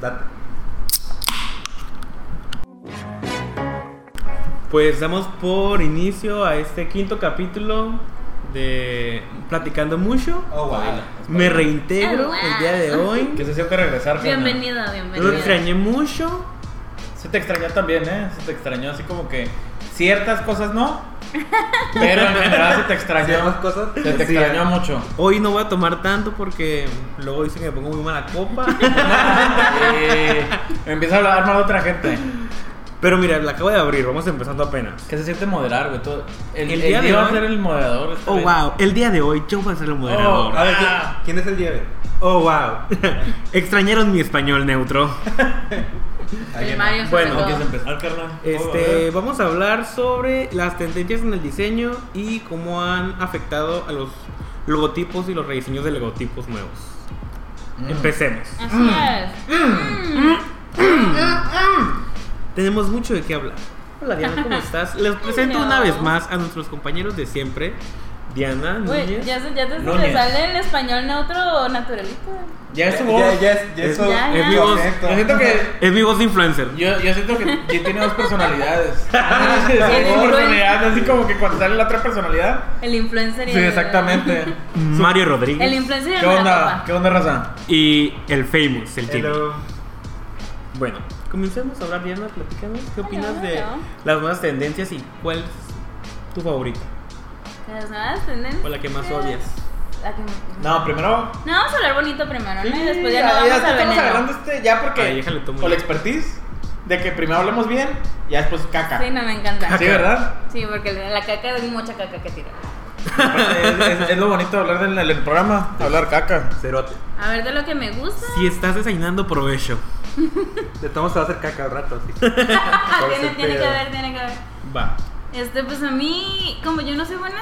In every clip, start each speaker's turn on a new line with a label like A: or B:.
A: Date.
B: Pues damos por inicio a este quinto capítulo de Platicando Mucho.
A: Oh, wow.
B: Me reintegro el día de
C: Que
B: hoy.
C: se tengo que regresar. Fiona.
D: Bienvenida,
B: Lo
D: bienvenida.
B: extrañé mucho.
C: Se te extrañó también, ¿eh? Se te extrañó así como que ciertas cosas no, pero en general se te
A: Hacíamos
C: extrañó.
A: cosas.
C: Se te
A: Sí,
C: extrañó mucho.
B: Hoy no voy a tomar tanto porque luego dicen que me pongo muy mala copa.
C: Y Eh, empieza a hablar mal de otra gente.
B: Pero mira, la acabo de abrir, vamos empezando apenas.
C: ¿Qué se siente moderar, güey? Todo- El,
B: El
C: el
B: día
C: día
B: de
C: va a
B: hoy-
C: ser el moderador. este esta
B: Oh,
C: vez.
B: wow. El día de hoy yo voy a ser el moderador.
A: A ver, ¿quién, quién es el lleve? Oh, wow.
B: Extrañaron mi español neutro.
D: El Mario se
B: Bueno,
D: sacó.
C: Empieza a empezar, carnal. Oh,
B: Este, vamos a hablar sobre las tendencias en el diseño y cómo han afectado a los logotipos y los rediseños de logotipos nuevos.
C: Mm.
B: Empecemos.
D: Así es.
B: Tenemos mucho de qué hablar. Hola Diana, ¿cómo estás? Les presento
D: Hello.
B: una vez más a nuestros compañeros de siempre. Diana,
D: Uy,
B: Núñez.
D: ya, se- ya te se
C: Núñez.
D: le sale el español neutro naturalista.
C: Ya es su voz.
A: Ya, ya, es- ya
B: Es-
A: eso.
D: ya,
B: es mi voz.
A: correcto.
C: Yo siento que.
B: Es mi voz de influencer.
C: Yo, yo siento que ya tiene dos personalidades. Sí,
D: el
C: es una
D: influencer.
C: personalidad, así como que cuando sale la otra personalidad.
D: El influencer y
C: Sí,
D: el-
C: exactamente.
B: Mario Rodríguez.
D: El influencer y el
C: ¿Qué onda?
D: malacopa.
C: ¿Qué onda, raza?
B: y el famous, el Jimmy.
A: Hello.
B: Bueno, comencemos a hablar, Diana, platícanos. ¿Qué opinas
D: Hello,
B: de
D: hello.
B: las nuevas tendencias y cuál es tu favorita?
D: Las nuevas tendencias.
B: ¿O la que más odias?
D: La que más-
C: No, primero.
D: No, vamos a hablar bonito primero, ¿no? Y después ya
C: Sí, ya
D: nos vamos
C: estamos
D: al
C: agarrando
D: veneno.
C: este, ya porque.
B: Ay, déjale, tomo
C: con
B: yo.
C: la expertise de que primero hablemos bien, ya después caca.
D: Sí, no, me encanta.
C: Sí, ¿verdad?
D: Sí, porque la caca es mucha caca que tira.
C: es, es- es lo bonito de hablar en el, en el programa, hablar caca.
A: Cerote.
D: A ver, de lo que me gusta.
B: Si estás desayunando, provecho.
A: De todos modos, se va a hacer caca al rato. así.
D: Ah, tiene,
A: ese
D: tiene que
A: pedo.
D: ver, tiene que ver.
B: Va.
D: Este, pues a mí, como yo no soy buena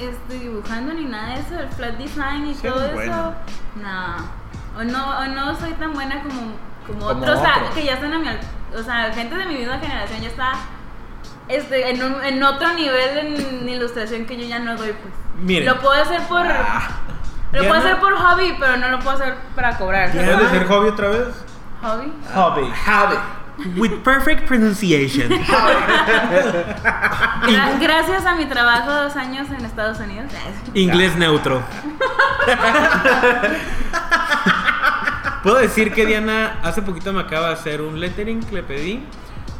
D: este, dibujando ni nada de eso, el flat design y
C: Sí,
D: todo
C: eres buena.
D: eso, no. O no, o no soy tan buena como, como,
C: Como
D: otros, o sea,
C: otros.
D: que ya están a mi al- o sea, gente de mi misma generación ya está este, en, un- en otro nivel en ilustración que yo ya no doy, pues.
B: Miren.
D: Lo puedo hacer por,
C: Ah.
D: lo
B: ya
D: puedo
B: no-
D: hacer por hobby, pero no lo puedo hacer para cobrar.
C: ¿Puedes decir hobby otra vez?
D: ¿Hobby?
C: Hobby. Hobby.
B: With perfect pronunciation.
D: Gra- gracias a mi trabajo dos años en Estados Unidos.
B: Inglés neutro. Puedo decir que Diana hace poquito me acaba de hacer un lettering que le pedí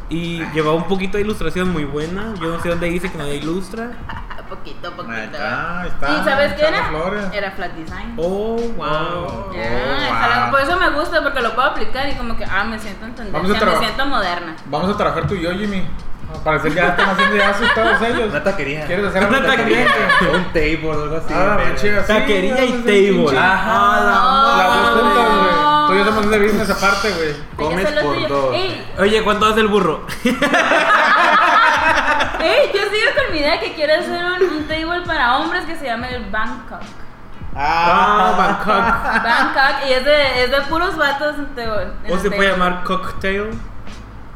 B: y llevaba un poquito de ilustración muy buena. Yo no sé dónde dice que no ilustra.
D: Ah, Poquito, poquito.
C: Ahí está, ahí está,
D: ¿Y sabes qué
C: echando
D: era?
C: flores. oh,
D: Era flat design.
B: Oh, wow.
D: Ya, está
C: wow.
D: la- Por eso me gusta, porque lo puedo aplicar y como que, ah, me siento en
C: Vamos a
D: tendencia, me
C: trabajar.
D: siento moderna.
C: Vamos a trabajar tú y yo, Jimmy. Al parecer ya están haciendo ya asustados ellos.
A: Una taquería.
C: ¿Quieres hacer
B: Una
C: algo
B: taquería.
C: taquería?
A: Un table o algo así.
C: Ah,
A: verga.
C: pinche así,
B: Taquería y
C: así,
B: table.
C: pinche. Ah,
B: Ajá,
D: la
C: la
D: madre.
C: dos juntas, güey. Tú y yo somos de business aparte, güey.
A: Comes
D: Hay que hacerlo
A: por
D: tuyo.
A: dos.
D: Ey,
B: Oye, ¿cuánto hace el burro?
D: ey, yo sigo con mi idea que quiero hacer un, un table para hombres que se llama el Bangkok.
B: Ah,
D: Bangkok, y es de, es de puros vatos en table. en
B: Bangkok. O
C: Oh,
D: el
B: se puede
D: table.
B: llamar cocktail.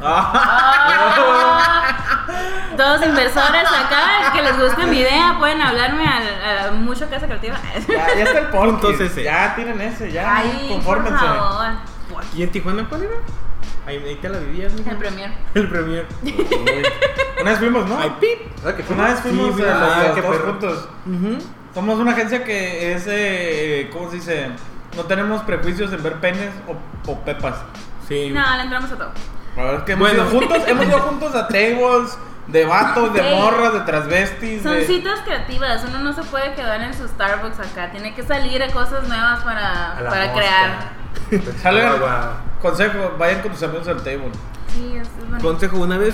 D: Ah, Todos inversores acá que les guste mi idea pueden hablarme al, a mucho casa creativa.
C: Ya, ya está el punto
B: Puntos ese.
C: Ya tienen ese, ya.
D: Ay, por
C: confórmense.
D: favor.
B: ¿Y en Tijuana cuál era? Ahí, ahí te la vivías, mija.
D: El premier.
B: El premier.
C: Una vez fuimos, ¿no?
B: Ay, pip.
A: ¿Verdad que fue?
C: Una vez fuimos
B: Sí,
C: a los,
A: ah,
C: los
A: qué
C: dos
A: perro.
C: juntos.
B: Ujú.
C: Somos una agencia que es, eh, ¿cómo se dice? No tenemos prejuicios en ver penes o, o pepas.
B: Sí.
D: No, le entramos a todo.
C: La verdad es que hemos
B: Bueno.
C: ido juntos, hemos ido juntos a tables, de vatos, de
D: Ey.
C: morras, de transvestis.
D: Son
C: de-
D: citas creativas, uno no se puede quedar en su Starbucks acá, tiene que salir a cosas nuevas para,
A: A la
D: para
A: mosca.
D: crear.
C: Sale.
A: Ah, wow.
C: Consejo, vayan con tus amigos al table.
D: Sí, eso es bonito.
B: Consejo, una vez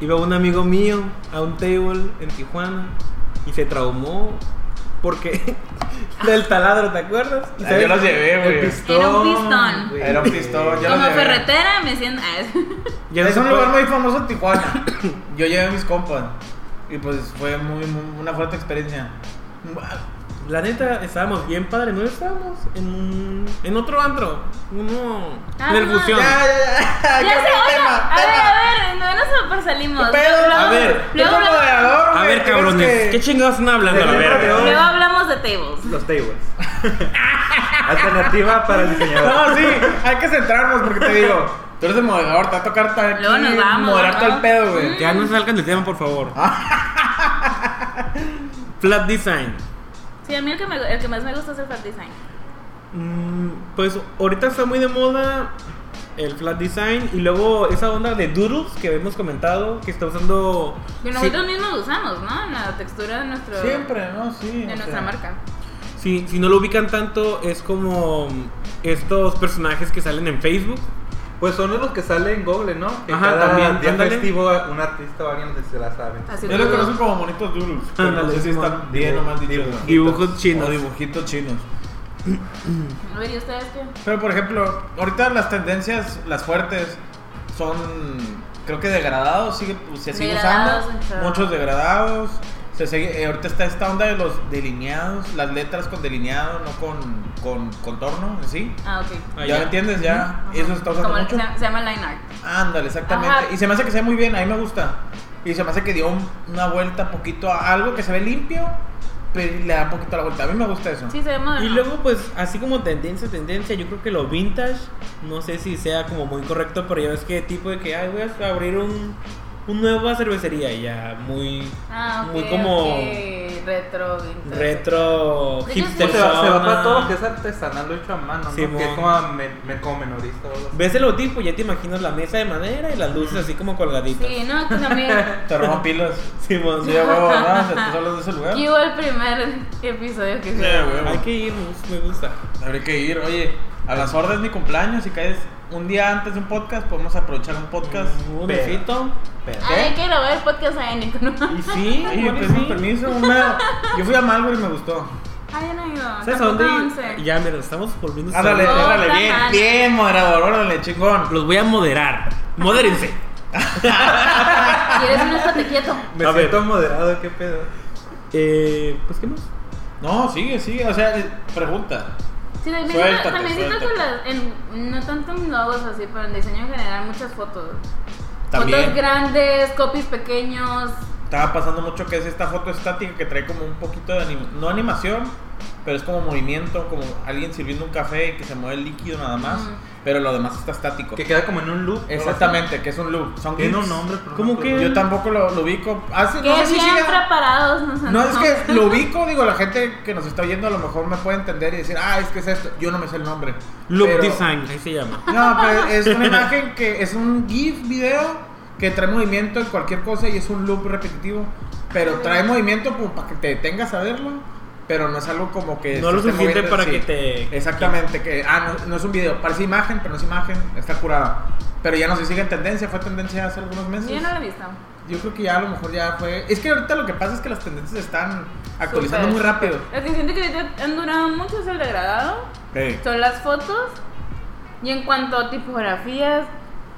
B: iba un amigo mío a un table en Tijuana y se traumó porque del taladro, ¿te acuerdas? Y
C: Ah,
B: sabes,
C: yo los llevé,
B: el
C: güey.
B: pistón,
D: Era un pistón.
B: güey.
C: Era un pistón, yo
D: Como
C: los llevé.
D: ferretera me siento... ah, es-
B: Ya no
C: es
B: se
C: un
B: puede-
C: lugar muy famoso en Tijuana. Yo llevé a mis compas. Y pues fue muy, muy- una fuerte experiencia.
B: La neta, estábamos bien padre, ¿no? Estábamos en, un- en otro antro, uno
D: Ah,
B: en el
D: no.
B: bución.
C: ya, ya.
D: Ya sé, oiga, a ver, a ver, no nos sobresalimos.
C: ¿Qué pedo?
D: Luego-
B: A ver,
C: Yo
D: luego
C: como
D: hablamos-
C: moderador,
B: A
C: güey,
B: ver,
C: tienes
B: cabrones,
C: que-
B: ¿qué chingados están hablando? A
C: Del
B: ver,
C: libro de
D: luego hablamos de tables.
A: Los tables. Alternativa para el diseñador.
C: No, sí, hay que centrarnos porque te digo, tú eres el moderador, te va a tocar estar aquí,
D: Luego nos vamos,
C: moderar todo el
D: ¿no?
C: pedo, güey.
B: Ya no salgan del tema, por favor. Flat design.
D: Sí, a mí el que, me- el que más me gusta es el flat design.
B: Mm, Pues ahorita está muy de moda el flat design y luego esa onda de doodles que hemos comentado que está usando.
D: Que
B: Sí.
D: nosotros mismos usamos, ¿no? En la textura de nuestro.
C: Siempre, ¿no? Sí.
D: Mm. De
C: o
D: nuestra
C: sea.
D: marca.
B: Si, si no lo ubican tanto, es como estos personajes que salen en Facebook.
A: Pues son los que salen en Google, ¿no? Que
B: Ajá,
A: cada
B: también,
A: día
B: ándale.
A: festivo un artista o alguien se la sabe.
D: Así
C: Yo lo
D: todo.
C: conozco como monitos duros. pero No
B: Ándale,
C: sé si
B: Simón.
C: están bien o mal dichos.
A: Dibujitos.
B: Dibujos chinos.
C: O dibujitos chinos.
D: A ver, ¿y ustedes qué?
C: Pero por ejemplo, ahorita las tendencias, las fuertes, son creo que degradados, sigue, pues, se sigue
D: Degradados,
C: usando.
D: ajá.
C: Muchos degradados. Se sigue, eh, ahorita está esta onda de los delineados, las letras con delineado, no con, con contorno en sí.
D: Ah, ok.
B: Ah,
C: ¿Ya
B: ya.
C: lo entiendes? Ya.
D: Ajá.
C: Eso se está usando
D: Como el-
C: mucho.
D: se, se llama line art.
C: Ándale, exactamente.
D: Ajá.
C: Y se me hace que sea muy bien, a mí me gusta. Y se me hace que dio un- una vuelta poquito a algo que se ve limpio, pero le da poquito la vuelta. A mí me gusta eso.
D: Sí, se llama.
B: Y luego, pues, así como tendencia, tendencia, yo creo que lo vintage, no sé si sea como muy correcto, pero ya ves que tipo de que, ay, voy a abrir un, un nueva cervecería, y ya muy,
D: Ah, ok.
B: muy como
D: ok, Retro. vintage.
B: retro,
D: De hecho,
B: hipster.
A: Pues
D: sí.
A: se, va, se va
B: zona.
A: para todo lo que es artesanal, lo hecho a mano,
B: Simón.
A: ¿no? Que es como, a me, me- como menorista o algo así.
B: Ves el logotipo, ya te imaginas la mesa de madera y las luces así como colgaditas.
D: Sí, no, pues a mí.
C: Te roban pilas.
B: Simón.
C: Sí, a huevo, ¿verdad? O sea, tú hablas de ese lugar.
D: Hubo el primer episodio que
C: Sí,
D: se.
C: a huevo.
B: Hay que ir, me gusta- me gusta.
C: Pues, Habría que ir, oye, a las horas es mi cumpleaños, si caes un día antes de un podcast, podemos aprovechar un podcast.
A: Pero.
B: Un besito.
A: Pero-
D: Ay, quiero ver el podcast a Nico, ¿no?
B: Y sí,
C: Oye,
B: igual y
C: pedí
B: sí.
C: permiso, una- yo fui a Malbury y me gustó.
D: Ay, no, no.
B: ¿Sabes a
D: tampoco
B: dónde?
D: once.
B: Ya, mira, estamos volviendo a
C: Ándale,
D: No,
C: órale, bien,
D: ajá.
C: bien, moderador, órale, chingón.
B: Los voy a moderar. Modérense.
D: ¿Quieres un estate quieto?
A: Me
B: A ver.
A: siento moderado, qué pedo.
B: Eh, pues, ¿qué más?
C: No, sigue, sigue, o sea, eh, pregunta.
D: Sí, también
C: Suéltate,
D: siento- también siento que
C: suéltate.
D: las, en- no tanto en logos así, pero en diseño en general muchas fotos.
C: También.
D: Fotos grandes, copies pequeños.
C: Estaba pasando mucho que es esta foto estática que trae como un poquito de anim- no animación, pero es como movimiento, como alguien sirviendo un café y que se mueve el líquido nada más,
D: Ujú.
C: pero lo demás está estático.
A: Que queda como en un loop.
C: Exactamente, que es un loop. Son
A: Tiene un
C: clips.
A: nombre, pero no
B: ¿Cómo
A: me
B: que?
A: acuerdo.
C: Yo tampoco lo, lo ubico. Ah, sí,
D: Qué
C: no sé si
D: bien
C: siga-
D: preparados nos
C: No, es
D: andamos.
C: que lo ubico, digo, la gente que nos está oyendo a lo mejor me puede entender y decir, ah, es que es esto. Yo no me sé el nombre.
B: Look
C: Pero-
B: Design, ahí se llama.
C: No, pero es una imagen que es un GIF video que trae movimiento en cualquier cosa y es un loop repetitivo. Pero trae movimiento como para que te detengas a verlo, pero no es algo como que.
B: No
C: se
B: lo
C: esté
B: suficiente
C: moviendo,
B: para
C: sí.
B: que te.
C: Exactamente, que. Ah, no, no es un video, parece imagen, pero no es imagen, está curada. Pero ya no se sigue en tendencia, fue tendencia hace algunos meses.
D: Yo no lo he visto.
C: Yo creo que ya a lo mejor ya fue. Es que ahorita lo que pasa es que las tendencias están actualizando muy
D: Súper.
C: rápido.
D: Lo que siento que ahorita han durado mucho es el degradado. Son las fotos. Y en cuanto a tipografías,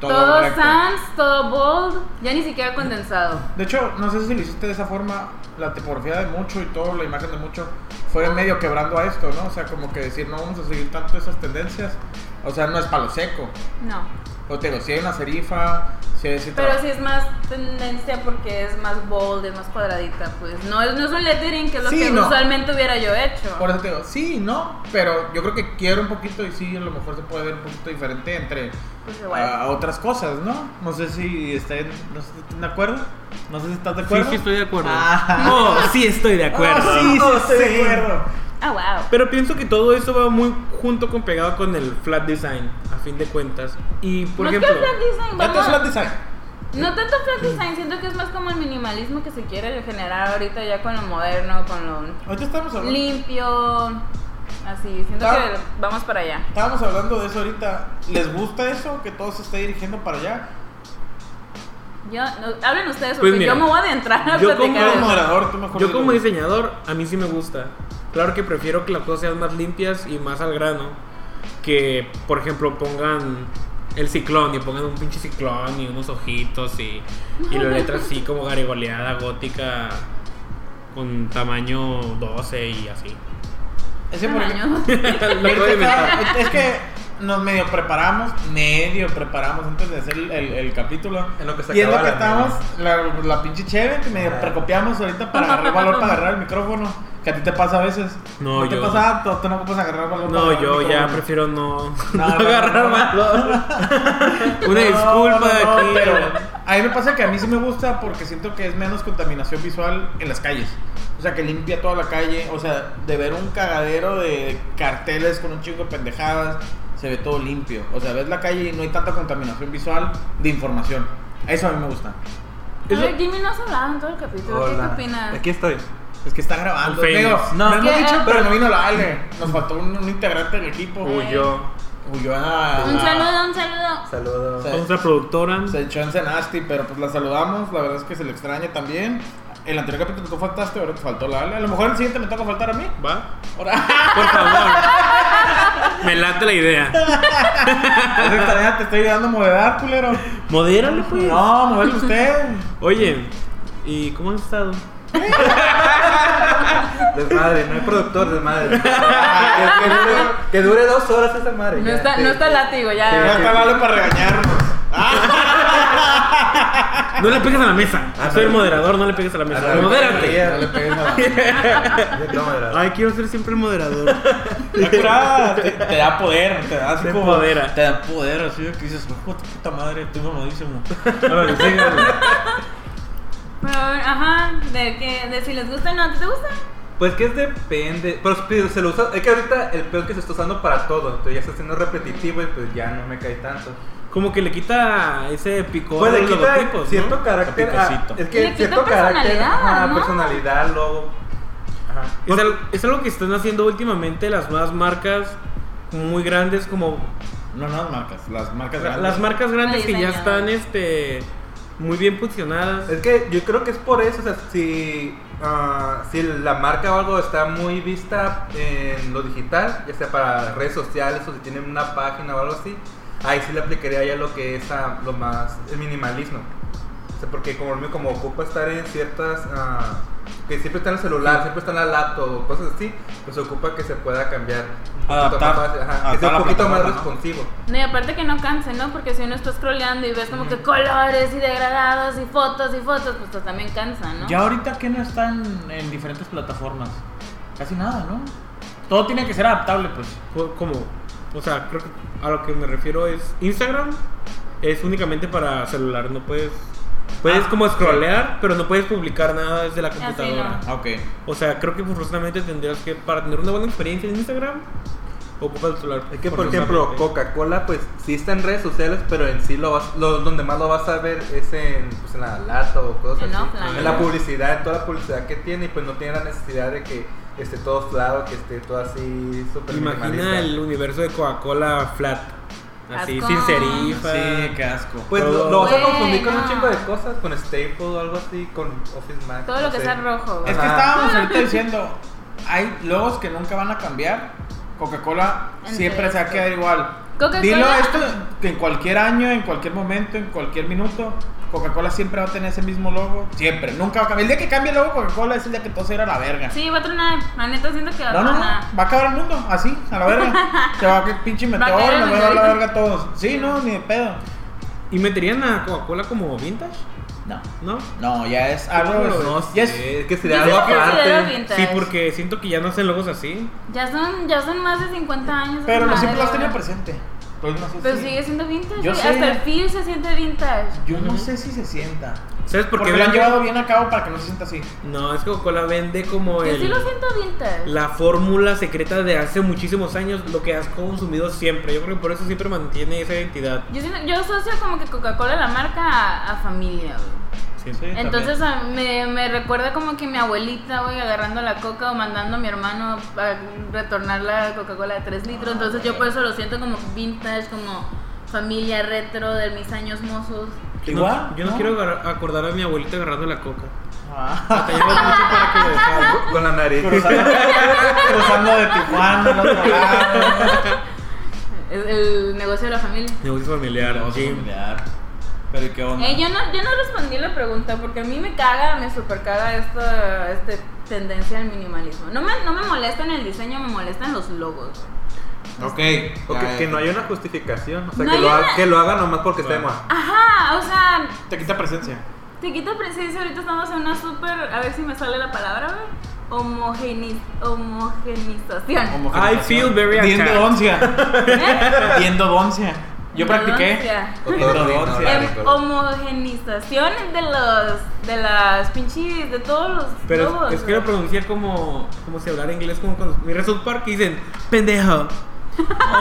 C: Todo pues.
D: todo,
C: recto.
D: sans, todo bold, ya ni siquiera condensado.
C: De hecho, no sé si lo hiciste de esa forma, la tipografía de mucho y todo, la imagen de mucho, fue medio quebrando a esto, ¿no? O sea, como que decir, no vamos a seguir tanto esas tendencias. O sea, no es palo seco.
D: No.
C: O te digo, si hay una serifa, si hay ese
D: Pero
C: trabajo.
D: sí es más tendencia porque es más bold, es más cuadradita, pues. No es, no es un lettering que es lo
C: Sí,
D: que
C: no.
D: usualmente hubiera yo hecho.
C: Por eso te digo, sí, no, pero yo creo que quiero un poquito y sí, a lo mejor se puede ver un poquito diferente entre
D: Pues igual.
C: a, otras cosas, ¿no? No sé si estén, no sé si estén de acuerdo. No sé si estás de
B: Sí,
C: acuerdo.
B: sí, estoy de acuerdo.
C: Ah.
B: Oh, sí, estoy de acuerdo.
C: Ah, sí, sí,
A: Oh,
C: estoy
A: sí.
C: de acuerdo.
D: Ah, wow.
B: Pero pienso que todo eso va muy junto con pegado con el flat design, a fin de cuentas. Y por
D: Más
B: ejemplo.
D: que flat design,
C: ¿Cuánto es
D: vamos-
C: este flat design?
D: No tanto flat design, siento que es más como el minimalismo que se quiere generar ahorita ya con lo moderno, con
C: Ahorita estamos
D: lo
C: hablando.
D: limpio. Así, siento
C: Ah.
D: que vamos para allá.
C: Estábamos hablando de eso ahorita. ¿Les gusta eso? Que todo se esté dirigiendo para allá.
D: Yo, no, hablen ustedes
B: Pues
D: porque
B: mira,
D: yo me voy a adentrar a
B: yo
C: Tú
B: como
D: platicar. de
C: eres
D: eso.
C: moderador, tú mejor.
B: Yo
C: dilo.
B: como diseñador, a mí sí me gusta. Claro que prefiero que las cosas sean más limpias y más al grano. Que, por ejemplo, pongan el ciclón y pongan un pinche ciclón y unos ojitos y, y la letra así como garigoleada, gótica, con tamaño 12 y así.
D: este
C: Ese por ejemplo-
D: Tamaño.
B: Lo acabo de inventar.
C: Es que nos medio preparamos, medio preparamos antes de hacer el, el- el capítulo.
A: En lo que se
C: y es lo
A: acaba
C: que
A: la
C: estábamos, la, la pinche cheve que medio
A: Ah.
C: precopiamos ahorita para agarrar valor, para agarrar el micrófono. Que a ti te pasa a veces.
B: No,
C: te
B: yo-
C: pasa? ¿Tú, tú no puedes agarrar valor? para
B: No,
C: agarrar
B: yo
C: el
B: ya
C: micrófono.
B: prefiero no, no
C: no, no,
B: agarrar
C: no.
B: valor. Una
C: No,
B: disculpa
C: no, no,
B: aquí.
C: Pero a mí me pasa que a mí sí me gusta porque siento que es menos contaminación visual en las calles. O sea, que limpia toda la calle. O sea, de ver un cagadero de carteles con un chingo de pendejadas, se ve todo limpio. O sea, ves la calle y no hay tanta contaminación visual de información. Eso a mí me gusta.
D: A ver, Jimmy no has hablado en todo el capítulo. ¿Qué
A: Hola.
D: te opinas?
A: Aquí estoy.
C: Es que está grabando.
B: Famous.
C: Digo,
A: No.
C: no, hemos
D: ¿Qué?
C: dicho, pero no vino la Ale. Nos faltó un, un integrante del equipo.
B: Huyó.
C: Huyó a.
D: Un saludo, un saludo.
A: Saludos.
C: Sí.
B: Otra productora.
C: Se echó en Senasti, pero pues la saludamos. La verdad es que se le extraña también. El anterior capítulo tú faltaste, ahora te faltó la Ale. A lo mejor el siguiente me toca faltar a mí.
B: ¿Va?
C: Ahora.
B: Por favor. Me late la idea.
C: Es extraña, te estoy ayudando a moderar, culero.
B: Modérale, pues.
C: No, moverle usted.
B: Oye, ¿y cómo has estado?
A: Desmadre, no hay productor, desmadre. que, dure, que dure dos horas esta madre.
D: No
A: ya,
D: está,
A: sí.
D: no está látigo,
C: Ya
D: ya.
C: está la Ale para regañarnos.
B: No le pegues a la mesa.
A: Ah,
B: Soy el
A: no.
B: moderador, no le pegues a la mesa.
A: Ah, no.
B: Modérate.
C: No le pegues a la.
A: Ya toma, ¿verdad?
B: Ay, quiero ser siempre el moderador.
C: La curada te, te da poder, te da así
B: Te
C: como.
B: empodera.
C: Te da poder, así de que dices, ojo, tu puta madre, estoy mamadísimo.
B: Órale, sí, órale.
D: Pero, ajá, de que de si les gusta o no. ¿A ti ¿Te gusta?
A: Pues que es depende. Pero pero se lo usa. Es que ahorita el peor que se está usando para todo. Entonces ya está siendo repetitivo y pues ya no me cae tanto.
B: Como que le quita ese picor
A: Pues
B: a
A: le
B: los
A: quita
B: logotipos, ¿no?
A: cierto carácter. a-
C: Picosito.
A: es
D: Le
A: que
D: quita
A: cierto carácter.
D: personalidad,
A: Ajá,
D: ¿no?
A: personalidad, luego. Ajá. Pues
B: Es, al- es algo que están haciendo últimamente las nuevas marcas muy grandes como
C: No, no las marcas, las marcas grandes.
B: las marcas grandes que ya
D: Diseñadoras.
B: están este muy bien posicionadas.
A: Es que yo creo que es por eso, o sea, si, ah, si la marca o algo está muy vista en lo digital, ya sea para redes sociales o si tienen una página o algo así, ahí sí le aplicaría ya lo que es ah, lo más, el minimalismo. O sea, porque como, como ocupa estar en ciertas, ah, que siempre está en el celular, siempre está en la laptop, cosas así, pues ocupa que se pueda cambiar. un poquito
C: Adaptar,
A: más fácil, ajá, que
C: adaptar
A: sea
C: la
A: un poquito más
C: plataforma, ¿no?
A: responsivo.
D: No, y aparte que no canse, ¿no? Porque si uno está scrolleando y ves como que colores y degradados y fotos y fotos, pues, pues, también cansa, ¿no?
C: Ya ahorita que no están en diferentes plataformas. Casi nada, ¿no? Todo tiene que ser adaptable, pues.
B: Co- Como o sea, creo que a lo que me refiero es Instagram es únicamente para celular, no puedes puedes
C: Ah,
B: como
C: sí.
B: scrollear, pero no puedes publicar nada desde la
D: Así
B: computadora.
D: no.
C: Ah, ok.
B: O sea, creo que forzosamente tendrías que para tener una buena experiencia en Instagram ocupas el celular.
A: Es que, por ejemplo,
B: forzosamente.
A: Coca-Cola, pues sí está en redes sociales, pero en sí lo vas, lo- donde más lo vas a ver es en, pues, en la lata o cosas
D: En
A: así.
D: offline.
A: En la publicidad, en toda la publicidad que tiene, y pues no tiene la necesidad de que esté todo claro, que esté todo así súper
B: Imagina
A: minimalista.
B: el universo de Coca-Cola flat. Así,
D: Asco.
B: sin serifa.
C: Sí, qué asco.
A: Pues lo,
B: Todo.
A: lo vas a
D: Güey,
A: confundir con
D: no.
A: un chingo de cosas, con Staple o algo así, con Office Max.
D: Todo lo que sea rojo, güey.
C: es que
A: Ajá.
C: estábamos
D: Ah.
C: ahorita diciendo, hay logos que nunca van a cambiar. Coca-Cola
D: Entre
C: siempre se va a
D: esto.
C: quedar igual.
D: Coca-Cola-
C: Dilo esto que en cualquier año, en cualquier momento, en cualquier minuto, Coca-Cola siempre va a tener ese mismo logo. Siempre, nunca va a cambiar. El día que cambie el logo Coca-Cola es el día que todo se irá a la verga.
D: Sí, va a tronar. La neta siento que va a
C: No, no, no,
D: tronar.
C: va a acabar el mundo, así, a la verga. Se va a que pinche
D: Va a
C: meteoro,
D: caer el
C: nos va a dar la
D: meteorito.
C: verga a todos. Sí, no, ni de pedo.
B: ¿Y meterían a Coca-Cola como vintage?
C: No.
B: ¿No?
C: No, ya es algo.
A: No
C: ya
A: sé,
C: es-
A: es que
D: Yo
A: sería
D: sí
A: algo
D: lo considero
A: aparte.
D: vintage.
B: Sí, porque siento que ya no hacen logos así.
D: Ya son, ya son más de 50 años.
C: Pero no
D: esas
C: siempre lo has
D: madres,
C: tenido
D: güey.
C: presente. Pues no sé
D: Pero
C: si.
D: sigue siendo vintage.
C: Yo
D: güey.
C: sé.
D: Hasta el feel se siente vintage.
C: Yo no sé si se sienta.
B: ¿Sabes por
C: Porque
B: qué
C: lo han
B: vende?
C: llevado bien a cabo para que no se sienta así.
B: No, es que Coca-Cola vende como
D: Yo
B: el,
D: sí lo siento vintage.
B: la fórmula secreta de hace muchísimos años, lo que has consumido siempre. Yo creo que por eso siempre mantiene esa identidad.
D: Yo, siento- yo asocio como que Coca-Cola la marca a, a familia, güey.
B: Sí.
C: Sí.
D: Entonces a- me, me recuerda como que mi abuelita, güey, agarrando la coca o mandando a mi hermano a retornar la Coca-Cola de 3 litros. Entonces yo por eso lo siento como vintage, como familia retro de mis años mozos.
B: Yo no-
C: Igual.
B: yo no, quiero agar- acordar a mi abuelita agarrando la coca.
C: Ah,
B: Te llevo mucho para que lo dejara.
A: Con la nariz.
C: cruzando, cruzando de Tijuana, al otro lado.
D: Es el negocio de la familia.
B: Negocio familiar, Jim.
C: familiar. Pero ¿y qué onda?
D: Eh, yo, no, yo no respondí la pregunta porque a mí me caga, me super caga esta, esta tendencia al minimalismo. No me, no me molesta en el diseño, me molestan los logos.
C: Ok.
D: güey.
A: O
C: ya,
A: que,
C: ya.
A: que no hay una justificación. O sea,
D: No
A: que,
D: hay
A: lo haga,
D: una-
A: que lo haga nomás porque está de
B: Claro.
A: moda.
D: Ajá, o sea,
C: Te quita presencia.
D: te quita presencia. Ahorita estamos en una super. A ver si me sale la palabra, güey. homogeniz- homogenización.
B: I feel very
C: Diendodoncia.
D: ¿Eh?
C: Diendodoncia. Yo practiqué.
D: Endodoncia.
A: Con todo
C: Endodoncia.
A: mi
D: Em,
A: ignorancia, pero-
D: homogenización de los de las pinches de todos los
B: Pero
D: globos,
B: es, es que lo
D: güey.
B: pronuncié como, como si hablara inglés, como cuando mi South Park y dicen, pendejo,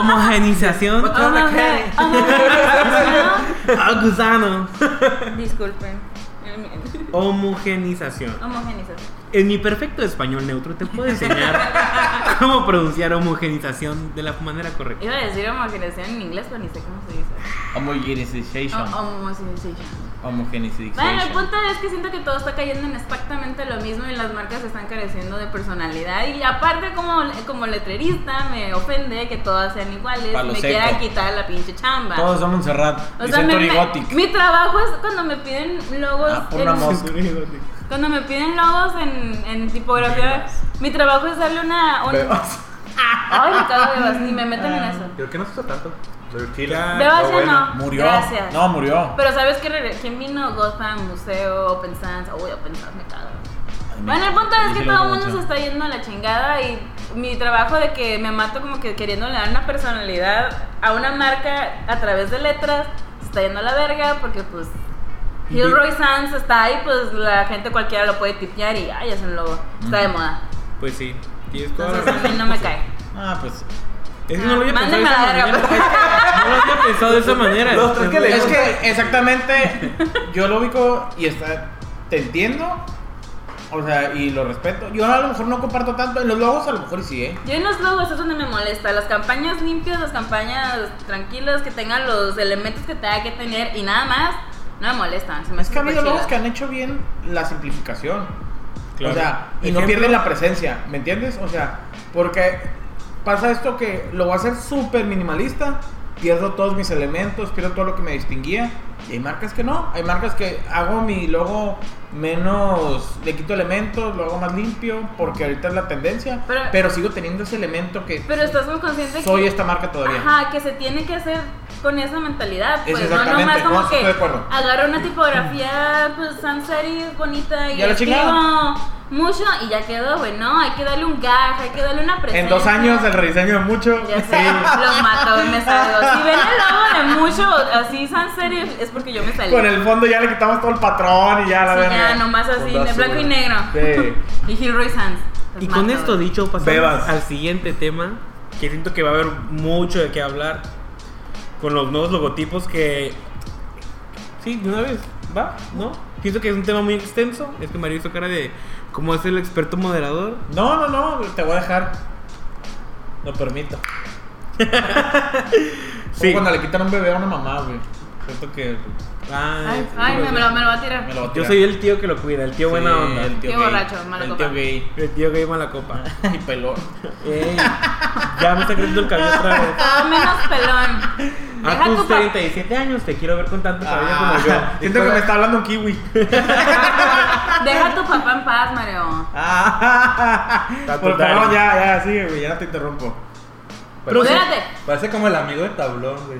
B: homogenización,
D: Homogen- homogenización.
B: ah, gusano,
D: Disculpen.
B: homogenización.
D: Homogenización.
B: En mi perfecto español neutro te puedo enseñar cómo pronunciar homogenización de la manera correcta.
D: Iba a decir homogenización en inglés, pero ni sé cómo se dice.
C: Homogenization.
D: Ho- Homogenización. Oh, Bueno, el
C: Homogenization.
D: punto es que siento que todo está cayendo en exactamente lo mismo y las marcas están careciendo de personalidad. Y aparte, como, como letrerista, me ofende que todas sean iguales.
C: Palo
D: me
C: seco.
D: quieran quitar la pinche chamba.
C: Todos son Montserrat.
D: O
C: Y
D: sea, me-
C: Century
D: me-
C: Gothic.
D: mi trabajo es cuando me piden logos.
C: Ah, por
D: en-
C: amor.
D: cuando me piden logos en, en tipografía, mi trabajo es darle una. un-
A: Bebas.
D: Ay, me cago en Bebas, ni me meten
C: Ah.
D: en eso.
A: Creo que no se usa tanto. Pero chile.
B: Ya.
D: Bebas
A: Está
D: ya
A: bueno.
D: no.
C: Murió.
D: Gracias.
C: No, murió.
D: Pero ¿sabes qué? Rere- ¿Quién vino? Gotham, Museo, Open Sans. Uy, Open Sans, me cago. Bueno, el punto es que todo el mundo se está yendo a la chingada y mi trabajo de que me mato como que queriéndole dar una personalidad a una marca a través de letras se está yendo a la verga porque pues Hilroy Sans está ahí, pues la gente cualquiera lo puede tipear y ay, es un logo. Está de moda.
B: Pues sí, tienes toda la
D: Entonces a mí
B: razón.
D: no me cae.
C: Ah, pues.
B: Es que no lo había pensado de
D: Mándenme a la
B: esa manera. No lo había pensado de esa manera.
A: Los tres que le-
C: Es que exactamente yo lo ubico y está. Te entiendo. O sea, y lo respeto. Yo a lo mejor no comparto tanto. En los logos a lo mejor y sí, ¿eh?
D: Yo en los logos es donde me molesta. Las campañas limpias, las campañas tranquilas, que tengan los elementos que tenga que tener y nada más, no me molestan. Se me
C: Es que ha
D: hacen
C: habido logos que
D: chidas.
C: han hecho bien la simplificación.
B: Claro.
C: O sea, y no
B: Ejemplo.
C: pierden la presencia, ¿me entiendes? O sea, porque pasa esto que lo voy a hacer súper minimalista, pierdo todos mis elementos, pierdo todo lo que me distinguía. Y hay marcas que no, hay marcas que hago mi logo menos, le quito elementos, lo hago más limpio, porque ahorita es la tendencia,
D: Pero-
C: pero, sigo teniendo ese elemento que
D: Pero estás muy consciente
C: soy
D: que.
C: esta marca todavía.
D: Ajá, que se tiene que hacer con esa mentalidad.
C: Es
D: Pues no
C: exactamente,
D: nomás
C: no,
D: como
C: sí
D: que
C: estoy de acuerdo.
D: agarro una tipografía, pues sans serif bonita y
C: Ya la
D: escribo
C: chingada.
D: mucho y ya quedó, güey. No, hay que darle un gaj, hay que darle una presencia.
C: En dos años el rediseño de mucho.
D: Ya sé, los mato, güey, me salgo. Si ven el logo de mucho así sans serif es porque yo me salí.
C: Con el fondo ya le quitamos todo el patrón y ya la
D: Sí,
C: verga.
D: ya, nomás así,
A: Fondo
D: de
A: azul.
D: blanco y negro.
C: Sí.
D: Y Gilroy Sands.
B: Y con esto dicho, pasamos
C: Bebas.
B: al siguiente tema, que siento que va a haber mucho de qué hablar con los nuevos logotipos que... Sí, de una vez, va, ¿no? Pienso que es un tema muy extenso, es que Mario hizo cara de cómo es el experto moderador.
C: No, no, no, te voy a dejar. Lo permito.
B: Sí.
C: Como cuando le quitan un bebé a una mamá, güey. Siento que.
B: Ah,
D: Ay, ay, me, me lo, me lo va a tirar.
C: Me lo va a
B: Yo
C: tirar.
B: soy el tío que lo cuida, el tío buena
C: Sí,
B: onda.
C: El
B: El, Ah.
C: tío
D: Qué
C: gay.
D: borracho, mala
C: El
D: copa.
C: tío gay.
B: tío que mala copa.
C: Y pelón.
B: Ey, ya me está creciendo el cabello otra vez.
D: Todo menos pelón.
B: A
D: Deja tu
B: tus
D: pa-
B: 37 años te quiero ver con tanto cabello
C: Ah,
B: como yo.
C: Siento que me está hablando un kiwi.
D: Deja a tu papá en paz, Mario.
A: Está
C: Por
A: total.
C: favor, ya, ya, sigue, güey. Ya no te interrumpo.
A: Pero pues sí,
D: Espérate.
A: Parece como el amigo de tablón, güey.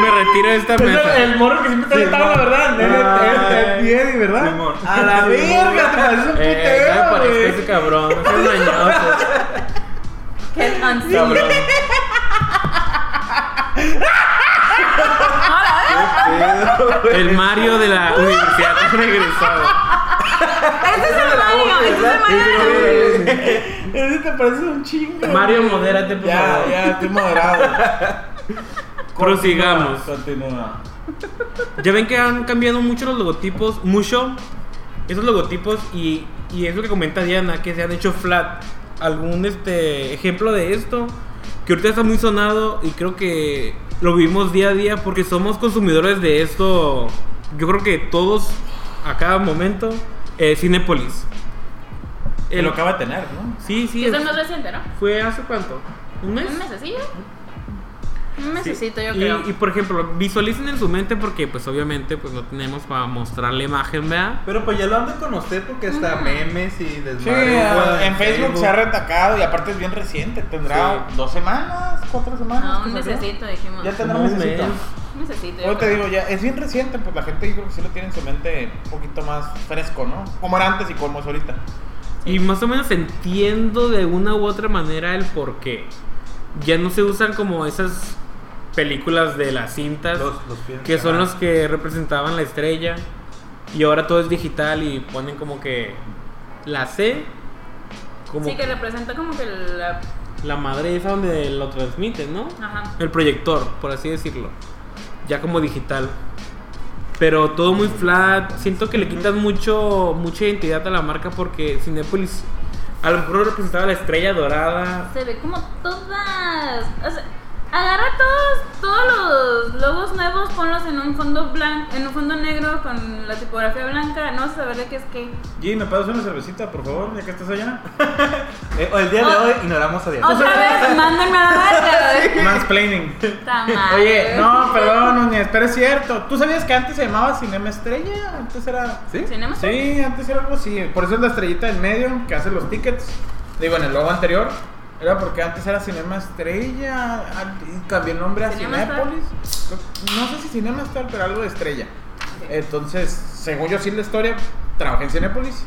B: Me retiro de esta mesa.
C: morro que siempre
A: Sí, mo.
C: ¿verdad?
A: Ay.
C: Él- él- él- él-
A: Sí, mo.
C: A la verga, te pareces un
B: Eh, no me
C: putero,
B: parezco
C: güey.
B: ese cabrón, no seas mañoso.
D: Que
A: Cabrón.
D: ¿eh?
A: Qué pedo, güey.
B: El Mario de la universidad regresado.
D: Este es el Mario. Este es el Mario. de
A: Sí, güey.
C: Ese te parece un chingo.
B: Mario,
C: güey.
B: modérate, por
C: Ya,
B: favor.
C: ya, estoy moderado.
B: Prosigamos.
C: Continúa.
B: Ya ven que han cambiado mucho los logotipos, mucho esos logotipos y, y es lo que comenta Diana, que se han hecho flat. Algún este ejemplo de esto que ahorita está muy sonado y creo que lo vivimos día a día porque somos consumidores de esto. Yo creo que todos a cada momento eh, Cinépolis.
C: Que
B: El-
C: lo acaba de tener, ¿no?
B: Sí, sí.
D: Es el
B: es-
D: más reciente, ¿no?
B: ¿Fue hace cuánto? ¿Un mes?
D: Un mesecillo. Un
B: Sí.
D: mesecito, yo
B: y,
D: creo.
B: y, por ejemplo, visualicen en su mente porque pues obviamente pues no tenemos para mostrar la imagen, ¿verdad?
A: Pero pues ya lo han de conocer porque está
D: Ujú.
A: memes y
C: Sí, ah,
A: desmadre. güey,
C: en Facebook se ha retacado y aparte es bien reciente. Tendrá
A: Sí.
C: dos semanas, cuatro semanas.
D: No, un
C: que salió.
D: mesecito, dijimos.
C: Ya tendrá
B: Como
C: un
B: un
C: mesecito.
B: mes.
D: necesito. yo
C: Yo te
D: creo.
C: digo, ya es bien reciente, pues la gente yo creo que sí lo tiene en su mente un poquito más fresco, ¿no? Como era antes y como es ahorita.
B: Y más o menos entiendo de una u otra manera el por qué. Ya no se usan como esas películas de las cintas,
A: Los, los films,
B: que son
A: ajá.
B: los que representaban la estrella. Y ahora todo es digital y ponen como que la C, como
D: Sí, que representa como que la.
B: la madre esa donde lo transmiten, ¿no?
D: Ajá.
B: El proyector, por así decirlo. Ya como digital. Pero todo muy flat. Siento que le quitan mucho, mucha identidad a la marca porque Cinepolis a lo mejor representaba la estrella dorada.
D: Se ve como todas. O sea, agarra todos, todos los logos nuevos, ponlos en un fondo blanco, en un fondo negro con la tipografía blanca. No vas a saber de qué es qué.
C: Jim, ¿me pasas una cervecita, por favor, ya que estás allá?
A: Eh, el día
D: Oh.
A: de hoy ignoramos a Diana.
D: Otra vez, mándenme a la marca.
C: Mansplaining.
D: Puta madre.
C: Oye, no, perdón, Núñez, pero es cierto. ¿Tú sabías que antes se llamaba Cinema Estrella? Antes era...
A: ¿Sí?
D: ¿Cinema?
C: Sí, antes era algo así. Por eso es la estrellita en medio que hace los tickets. Digo, en el logo anterior. Era porque antes era Cinema Estrella. ah, y Cambió el nombre a
D: ¿Cinema Star?
C: Cinépolis. No sé si Cinema Star, pero algo de estrella. Entonces, según yo sí la historia, trabajé en Cinépolis.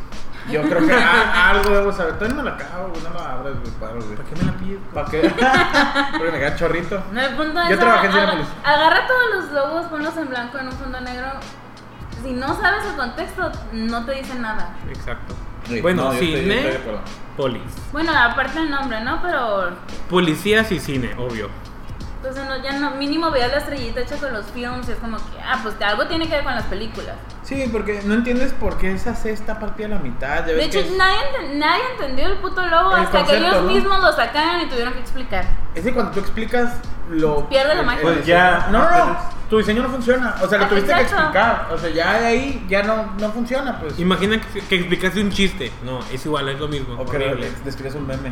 C: Yo creo que a- algo debo saber. Todavía no la acabo, güey, no la abras, güey, paro, güey.
B: ¿Para qué me la pides?
C: ¿Para qué? Porque me queda chorrito.
D: No, el punto
C: Yo
D: es,
C: trabajé en
D: aga-
C: Cinépolis.
D: Agarra todos los logos, ponlos en blanco en un fondo negro. Si no sabes el contexto, no te dice nada.
B: Exacto. bueno,
C: No, yo estoy- yo estoy de acuerdo.
B: Cinepolis.
D: Bueno, aparte el nombre, ¿no? Pero
B: Policías y cine, obvio.
D: entonces no, ya no, mínimo veas la estrellita hecha con los films y es como que, ah, pues algo tiene que ver con las películas.
C: Sí, porque no entiendes por qué esa C está partida a la mitad. Ya
D: De
C: ves
D: hecho,
C: que es-
D: nadie, enten- nadie entendió el puto logo
C: El
D: hasta que
C: concepto,
D: ellos
C: ¿no?
D: mismos lo sacaron y tuvieron que explicar.
C: es que cuando tú explicas lo.
D: Pierde la
C: el-
D: magia.
C: el
A: Pues ya,
C: diseño- No, no, no.
A: apenas.
C: Tu diseño no funciona. O sea, lo
D: Ah,
C: tuviste que
D: exacto.
C: explicar. O sea, ya de ahí ya no, no funciona, pues.
B: Imagina que, que explicaste un chiste. No, es igual, es lo mismo.
C: O que
B: horrible.
C: le- describes un meme.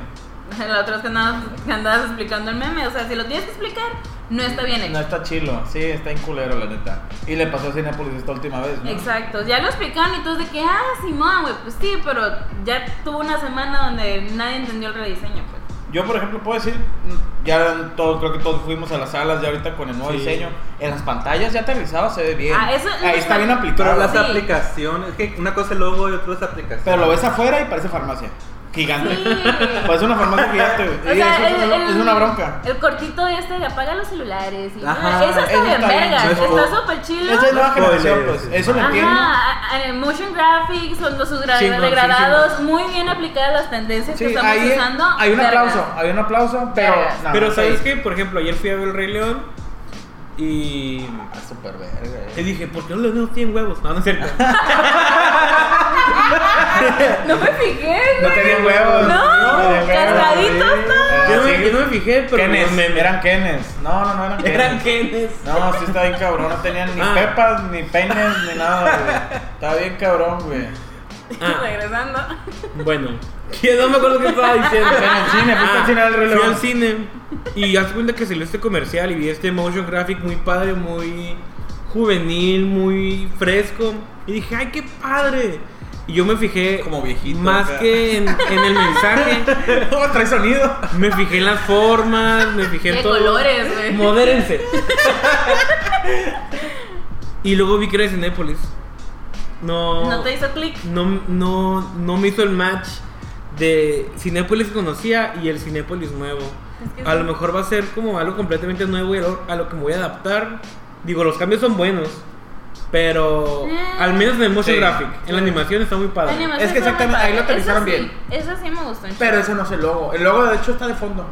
D: La otra vez que andabas, que andabas explicando el meme, o sea, si lo tienes que explicar, no está bien hecho.
C: No está chilo. Sí, está en culero, la neta. Y le pasó a Cinepolis esta última vez, ¿no?
D: Exacto, ya lo explicaron y todos de que, ah, Simón, güey, pues sí, pero ya tuvo una semana donde nadie entendió el rediseño, pues.
C: Yo, por ejemplo, puedo decir, mm, ya todos, creo que todos fuimos a las salas ya ahorita con el nuevo
B: Sí.
C: diseño. En las pantallas ya aterrizado se ve bien.
D: Ah, eso-
C: Ahí está bien aplicado.
A: Pero las
D: Oh, Sí.
A: aplicaciones, es que una cosa es logo y otra es aplicación.
C: Pero lo ves afuera y parece farmacia. Gigante.
D: Sí.
C: Parece una farmacia gigante, güey.
D: O
C: Y
D: sea,
C: eso es,
D: el-
C: una- es
D: el-
C: una bronca.
D: El cortito este de apaga los celulares. Y,
A: Ajá,
D: ah, eso está
C: eso
D: bien,
C: está bien
D: verga.
A: chido.
D: Está súper chido.
C: Esa es nueva
A: Spoiler,
C: generación, pues.
A: sí.
C: Eso lo entiendo.
D: Ajá, a- a- el motion graphics, son los gra-
B: Chingón, sí,
D: regradados, muy bien aplicadas las tendencias
C: Sí,
D: que estamos
C: ahí
D: usando.
C: hay un
D: verga.
C: aplauso, hay un aplauso, pero.
D: Vergas.
C: no,
B: Pero
C: no,
B: sabes
C: sí.
B: que, por ejemplo, ayer fui a ver el Rey León y
C: Ah, súper verga.
B: Y
C: eh.
B: dije, ¿por qué los leones tienen huevos? No, no es cierto.
D: No me fijé,
C: No
D: güey.
C: tenían huevos.
D: No,
C: tenían huevos.
D: cascaditos todos.
C: Ah,
B: yo, no me,
C: sí.
B: yo no me fijé, pero
C: Kenes,
B: me- me-
C: eran Kenes. No, no, no eran Kenes.
B: eran Kenes.
C: No, sí está bien cabrón, no tenían ni
B: Ah.
C: pepas, ni peines, ni nada, güey. Está bien cabrón, güey.
B: Ah.
D: Regresando.
B: Bueno, yo no me acuerdo qué estaba diciendo.
C: Fue en el cine, fuiste al cine a ver el Rey
B: fui
C: León.
B: al cine y haz cuenta que salió este comercial y vi este motion graphic muy padre, muy juvenil, muy fresco. Y dije, ¡ay, qué padre! Y yo me fijé
C: Como viejito,
B: más
C: acá.
B: que en, en el mensaje,
C: No, trae sonido.
B: me fijé en las formas, me fijé en
D: Qué
B: todo.
D: colores, güey.
B: Modérense. y luego vi que era de Cinépolis. No.
D: No te hizo clic.
B: no, no, no me hizo el match de Cinépolis que conocía y el Cinépolis nuevo.
D: Es que
B: A
D: sí.
B: lo mejor va a ser como algo completamente nuevo y algo a lo que me voy a adaptar. Digo, los cambios son buenos, pero
D: Eh.
B: al menos en el motion
C: Sí.
B: graphic, en la animación está muy padre.
D: Animación
C: Es que
D: está muy
C: exactamente, ahí lo
D: padre. Eso
C: aterrizaron
D: sí,
C: bien.
D: Eso sí me gustó. un
C: Pero
D: chingo.
C: ese no es el logo. El logo, de hecho, está de fondo.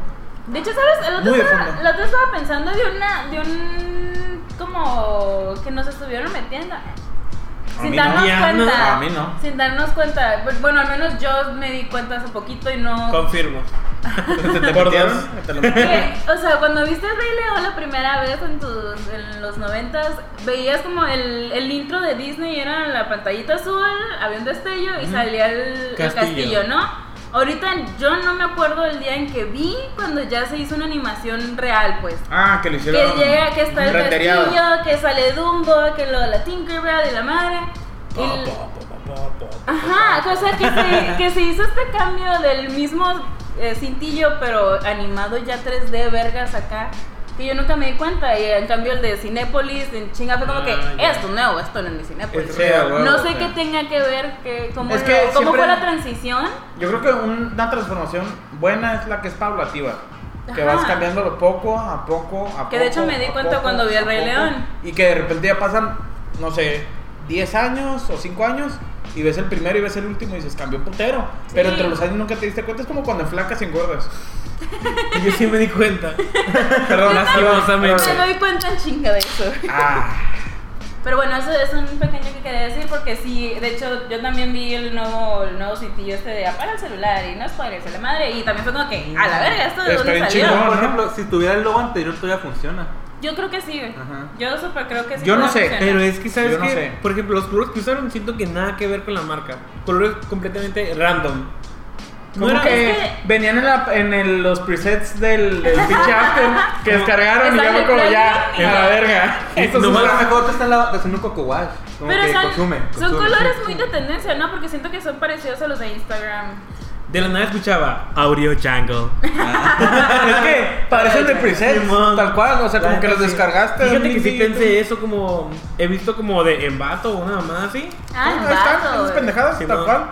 D: De hecho, ¿sabes? El otro,
C: Muy de
D: estaba,
C: fondo.
D: el otro estaba pensando de una. de un. como. que nos estuvieron metiendo.
C: A
D: Sin
C: mí no.
D: darnos
B: Ya, no.
D: cuenta.
C: A mí no.
D: Sin darnos cuenta. Pues, Bueno, al menos yo me di cuenta hace poquito y no.
B: Confirmo.
C: ¿Te, te
B: Por
C: metieron?
B: dos.
C: Te lo metieron.
D: Que, o sea, cuando viste el Rey León la primera vez en, tus, en los noventas, veías como el, el intro de Disney era la pantallita azul, había un destello y salía el el castillo.
B: Castillo.
D: ¿no? Ahorita yo no me acuerdo el día en que vi cuando ya se hizo una animación real, pues.
C: Ah, que lo
D: Que
C: hicieron.
D: llega, que está el
C: rendereado.
D: castillo, que sale Dumbo, que lo de la Tinkerbell y la madre. Y
C: Pa,
D: el-
C: pa, pa, pa, pa, pa.
D: Ajá, o sea que se, que se hizo este cambio del mismo eh, cintillo, pero animado ya 3D, vergas acá. Que yo nunca me di cuenta. Y en cambio el de Cinépolis, en chinga, fue como
B: Ah,
D: que
B: ya.
D: esto nuevo, esto no es mi Cinépolis.
C: Es real,
A: huevo,
D: no sé
A: sí.
D: qué tenga que ver, que, cómo,
C: Es que
D: lo- cómo
C: siempre-
D: fue la transición.
C: Yo creo que una transformación buena es la que es paulativa. Que
D: Ajá.
C: vas cambiándolo poco a poco a poco.
D: Que de hecho me di
C: a
D: cuenta
C: poco,
D: cuando vi El
C: a
D: Rey
C: poco,
D: León.
C: Y que de repente ya pasan, no sé, 10 años o 5 años. Y ves el primero y ves el último y dices, cambió putero. Pero
D: Sí.
C: entre los años nunca te diste cuenta. Es como cuando enflacas y engordas.
B: Yo sí me di cuenta.
C: Perdón,
B: Lastimosamente.
D: Me doy cuenta en chinga de eso.
C: Ah,
D: Pero bueno, eso es un pequeño que quería decir porque sí, de hecho yo también vi el nuevo, el nuevo sitio este de apaga el celular y no spoilers a la madre y también fue como que a la verga, esto de
C: Está
D: dónde
C: bien
D: salió.
C: chingón.
A: Por
C: ¿no?
A: ejemplo, si tuviera el logo anterior todavía funciona.
D: Yo creo que sí, güey.
A: Ajá.
D: yo super creo que sí.
C: Yo no
D: puede
C: sé,
D: funcionar.
B: Pero es que, ¿sabes
C: Yo no
B: qué?
C: sé.
B: Por ejemplo, los colores que usaron siento que nada que ver con la marca. Colores completamente random.
C: como
D: era-
C: que
D: Es que-
C: venían en, la- en el- los presets del, del pinche after que descargaron y
D: Está
C: ya
D: en
C: fue
D: el
C: como ya,
D: plugin.
C: a la verga. Esto es un
A: Nomás
C: tra-
A: a lo mejor te están la- te haciendo un coco wash. Como
D: Pero
A: que
D: son,
A: consume,
D: son
A: consume.
D: colores muy de tendencia, ¿no? Porque siento que son parecidos a los de Instagram.
B: De la nada escuchaba Audio Jungle.
C: Es que parecen de presets,
B: Simón.
C: tal cual, o sea, como
B: La
C: que
B: neta
C: los
B: sí.
C: descargaste.
B: Fíjate que
C: mil
B: sí
C: videos.
B: pensé eso como. He visto como de embato o una mamada así.
D: Ah,
C: Ahí
D: el
C: están,
D: vato.
C: esas
D: güey.
C: pendejadas, tal
B: Simón.
C: cual.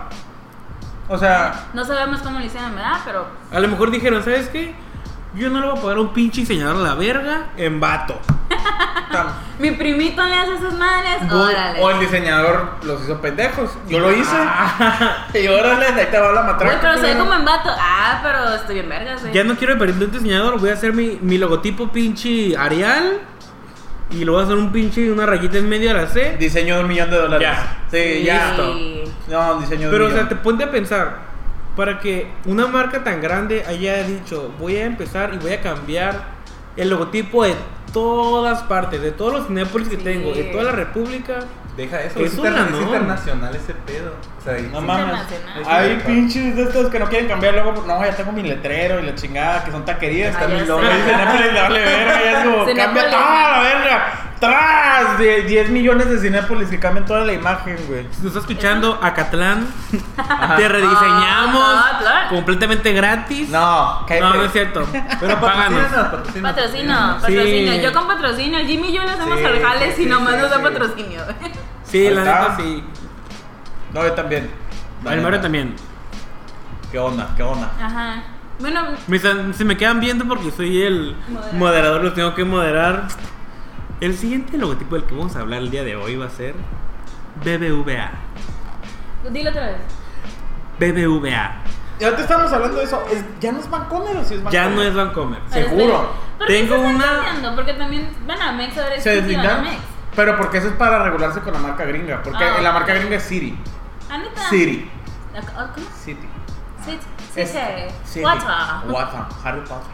C: O sea,
D: No sabemos cómo lo hicieron, ¿verdad? Pero
B: A lo mejor dijeron, ¿sabes qué? Yo no le voy a pagar a un pinche diseñador a la verga en vato.
C: tam-
D: mi primito me hace esas madres.
C: o-
D: Órale.
C: o el diseñador los hizo pendejos. Yo lo hice.
B: Ah.
C: Y órale, ahí te va la
D: Güey,
C: matraca.
D: pero se ve
C: culero.
D: como en vato. Ah, pero estoy bien verga, güey.
B: Ya no quiero pedirle un diseñador, voy a hacer mi, mi logotipo pinche Arial. Y lo voy a hacer un pinche, una rayita en medio de la C.
C: Diseño de un millón de dólares.
B: Ya.
C: Sí, ya.
D: Sí.
C: No, un diseño de
B: Pero,
C: un
B: o sea,
C: millón.
B: te ponte a pensar. Para que una marca tan grande haya dicho, voy a empezar y voy a cambiar el logotipo de todas partes, de todos los Népolis que
D: Sí.
B: tengo, de toda la República.
A: Deja eso.
B: Es
A: Es,
B: una
A: interna- es
B: no.
A: internacional ese pedo. O sea, y-
C: No
A: sí.
C: mames.
D: internacional.
C: Hay pinches de estos que no quieren cambiar luego. porque, No, ya tengo mi letrero y la chingada, que son taquerías.
D: Ah,
C: Está mi
D: ya
C: logo.
D: sé.
C: Dice Nápoles, dale verga. Ya es como,
D: Cinépolis.
C: cambia toda la verga. Tras de 10 millones de Cinépolis que cambian toda la imagen, güey.
B: Si nos está escuchando, Acatlán, te
D: Ah,
B: rediseñamos
D: Acatlán.
B: completamente gratis.
C: No, cállate.
B: no, no es cierto.
A: Pero
B: Páganos.
A: patrocínanos, patrocínanos.
D: Patrocinio,
B: Sí.
D: patrocinio. Yo con patrocinio. Jimmy y yo le hacemos
A: Sí,
D: al jale si
A: sí,
D: nomás
A: sí,
D: nos da
A: sí.
D: patrocinio.
B: Sí,
C: Ahí
B: la
C: está.
B: neta sí.
C: No, yo también.
B: Al Mario también.
C: ¿Qué onda? ¿Qué onda?
D: Ajá. Bueno,
B: Me están- se me quedan viendo porque soy el
D: Moderador.
B: moderador. los tengo que moderar. El siguiente logotipo del que vamos a hablar el día de hoy va a ser BBVA.
D: dilo otra vez.
B: BBVA.
C: Y ahorita estamos hablando de eso. ¿Es- ¿Ya no es Bancomer o sí es Bancomer?
B: Ya no es Bancomer.
D: Pero
C: Seguro.
D: espera, ¿Por qué
B: Tengo
D: se están
B: una-
D: cambiando? Porque también Banamex ahora es
C: Se
D: exclusiva
C: deslindaron.
D: Banamex.
C: Pero porque eso es para regularse con la marca gringa. Porque
D: Ah,
C: en la
D: ok.
C: marca gringa es City.
D: Ah, neta.
C: City.
D: Ah, ¿Cómo?
C: City.
D: Sí, sí,
C: Es-
D: sí.
C: sí.
D: Guata.
C: Wata, Harry Potter.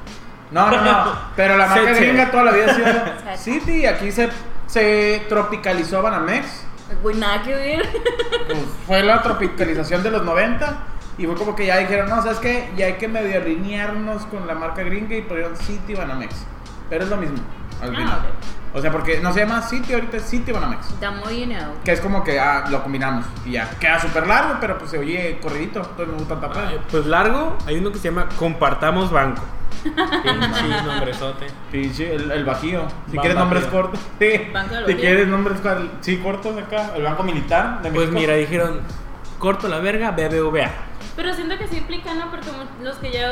C: No, no, no. Pero la marca
B: Sete.
C: gringa toda la vida ha sido City. Y aquí se, se tropicalizó Banamex.
D: Güey, nada que ver.
C: Pues, fue la tropicalización de los 90. Y fue como que ya dijeron, no, ¿sabes qué? Ya hay que medio alinearnos con la marca gringa y pusieron City Banamex. Pero es lo mismo. al
D: Ah,
C: final.
D: ok.
C: O sea, porque no se llama City, ahorita es City Banamex.
D: The more you know.
C: Que es como que ah, lo combinamos y ya. Queda súper largo, pero pues se oye corridito. Entonces me gusta tapar.
B: Ay, Pues largo, hay uno que se llama Compartamos Banco. Pinche nombrezote.
C: Pinche, el, el bajío. Si
B: Ban
C: quieres nombres
B: Bajío.
C: cortos. Sí.
D: Banco del
C: Si
D: Bajío.
C: quieres nombres cual- sí, cortos acá. El Banco Militar de
B: Pues
C: México.
B: mira, dijeron, corto la verga, BBVA.
D: Pero siento que sí implica, ¿no? Porque mu- los que ya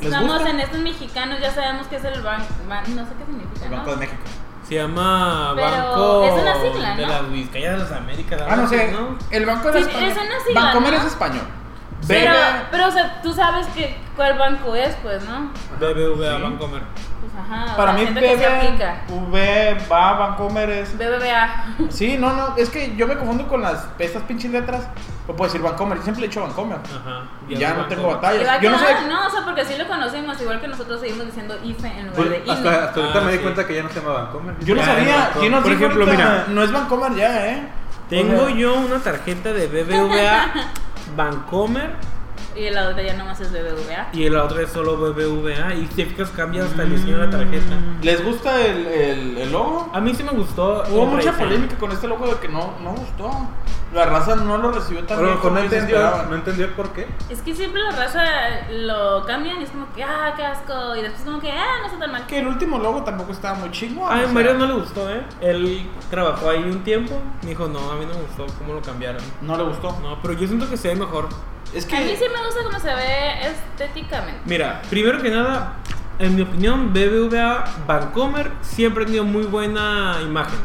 C: ¿Les
D: estamos
C: gusta?
D: en estos mexicanos ya sabemos qué es el banco. no sé qué significa.
C: El
D: ¿no?
C: Banco de México.
B: Se llama
D: Pero
B: Banco
D: es una sigla,
B: de
D: ¿no?
B: las Vizcayas de las Américas.
C: Ah, no
B: algo así,
C: sé. El Banco de
D: Sí,
C: España.
D: es una sigla,
C: Bancomer
D: ¿no?
C: es español.
D: Pero,
C: Vega-
D: pero, o sea, tú sabes que, cuál banco es, pues, ¿no?
B: BBVA
C: Sí.
B: Bancomer.
D: Pues, ajá. o
C: Para
D: sea,
C: mí,
D: siento que se
C: BB,
D: aplica.
C: V, va, Bancomer es.
D: BBVA.
C: Sí, no, no. Es que yo me confundo con las estas pinches letras. No puedo decir Bancomer. Yo siempre le he dicho Bancomer.
B: Ajá.
C: Y ya
B: es
C: no tengo
B: Bancomer.
D: Y va
C: batallas.
D: a
C: Yo no sé.
D: quedar, o sea, porque sí lo conocemos, igual que nosotros seguimos diciendo IFE en lugar de
A: Pues,
D: INE.
A: hasta, hasta ahorita
B: Ah,
A: me di
B: sí.
A: cuenta que ya no se llama Bancomer.
C: Yo no
B: Ya,
C: sabía.
B: no,
C: ¿Quién nos
B: por
C: dijo
B: ejemplo,
C: ahorita?
B: mira.
C: No es Bancomer ya, ¿eh?
B: Tengo
C: O sea,
B: yo una tarjeta de BBVA Bancomer
D: y la otra ya nomás es BBVA.
B: Y la otra es solo BBVA. Y si te fijas, cambia hasta el diseño
C: Mm.
B: de la tarjeta.
C: ¿Les gusta el, el, el logo?
B: A mí sí me gustó.
C: Hubo
B: el
C: mucha
B: Raisin.
C: polémica con este logo de que no, no gustó. La raza no lo recibió
A: A
C: tan
A: lo
C: bien
A: mejor
C: como
A: no
B: este
C: ellos
A: entendió,
C: esperaban.
A: no entendió el por qué.
D: Es que siempre la raza lo cambian y es como que, ah, qué asco. Y después como que, ah, no está tan mal.
C: Que el último logo tampoco estaba muy chingón.
B: A
C: o sea,
B: Mario no le gustó, ¿eh? Él trabajó ahí un tiempo. Me dijo, no, a mí no me gustó cómo lo cambiaron.
C: no le gustó.
B: No, pero yo siento que se ve mejor.
C: Es que
D: A mí sí me gusta cómo se ve estéticamente.
B: Mira, primero que nada, en mi opinión, BBVA Bancomer siempre ha tenido muy buena imagen.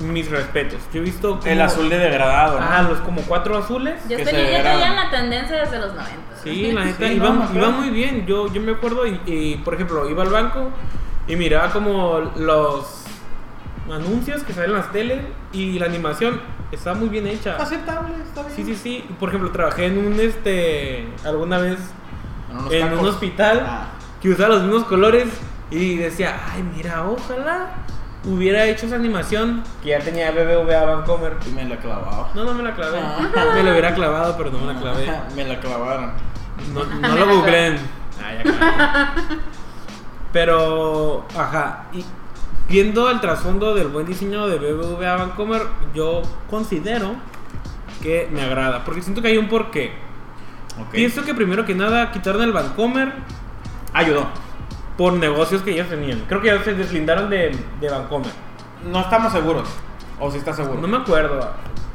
B: Mis respetos. Yo he visto como-
C: el azul de degradado. ¿no?
B: Ah, los como cuatro azules.
D: Ya,
C: Que
D: está-
C: se
D: ya
C: verá.
D: traían la tendencia desde los 90.
B: Sí, la neta,
C: Sí,
B: iba,
C: no, me acuerdo.
B: iba muy bien. Yo, yo me acuerdo y, y, por ejemplo, iba al banco y miraba como los anuncios que salen en las teles y la animación está muy bien hecha.
C: Ah, Aceptable, está bien.
B: Sí, sí, sí. Por ejemplo, trabajé en un, este, alguna vez
C: En, unos
B: en
C: tacos.
B: un hospital
C: Ah.
B: que usaba los mismos colores y decía, ay, mira, ojalá hubiera hecho esa animación que ya tenía BBVA Vancomer.
C: Y me la clavaron.
B: No, no me la clavé.
C: Ah.
B: Me la hubiera clavado, pero no me la clavé.
C: Me la clavaron.
B: No,
D: Me
B: no
D: la
B: lo
D: clavé.
B: googleen.
C: Ah,
B: Ay, acá. Pero, ajá, y viendo el trasfondo del buen diseño de BBVA Vancomer, yo considero que me agrada, porque siento que hay un porqué.
C: Ok.
B: Pienso que primero que nada quitaron el Vancomer
C: Ayudó.
B: por negocios que ellos tenían. Creo que ya se deslindaron de, de Vancomer.
C: No estamos seguros. O si está seguro.
B: No me acuerdo.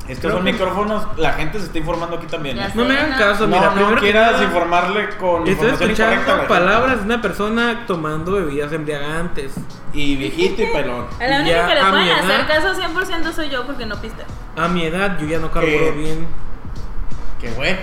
C: Estos
B: Creo
C: son
B: que-
C: micrófonos. La gente se está informando aquí también.
D: Ya
C: ¿eh?
D: sé.
B: No me hagan
D: No.
B: caso,
C: No,
B: mira,
C: no
B: primero que
C: quieras
B: nada,
C: informarle con
B: Estoy
C: información incorrecta. a la
B: escuchando
C: gente.
B: palabras de una persona tomando bebidas embriagantes.
C: Y viejito y pelón.
D: A la única
B: Ya,
D: que
B: a
D: le
B: mi
D: pueden
B: edad-
D: hacer caso 100% soy yo porque no pista.
B: A mi edad yo ya no carburo
C: Eh.
B: bien.
C: Qué güey.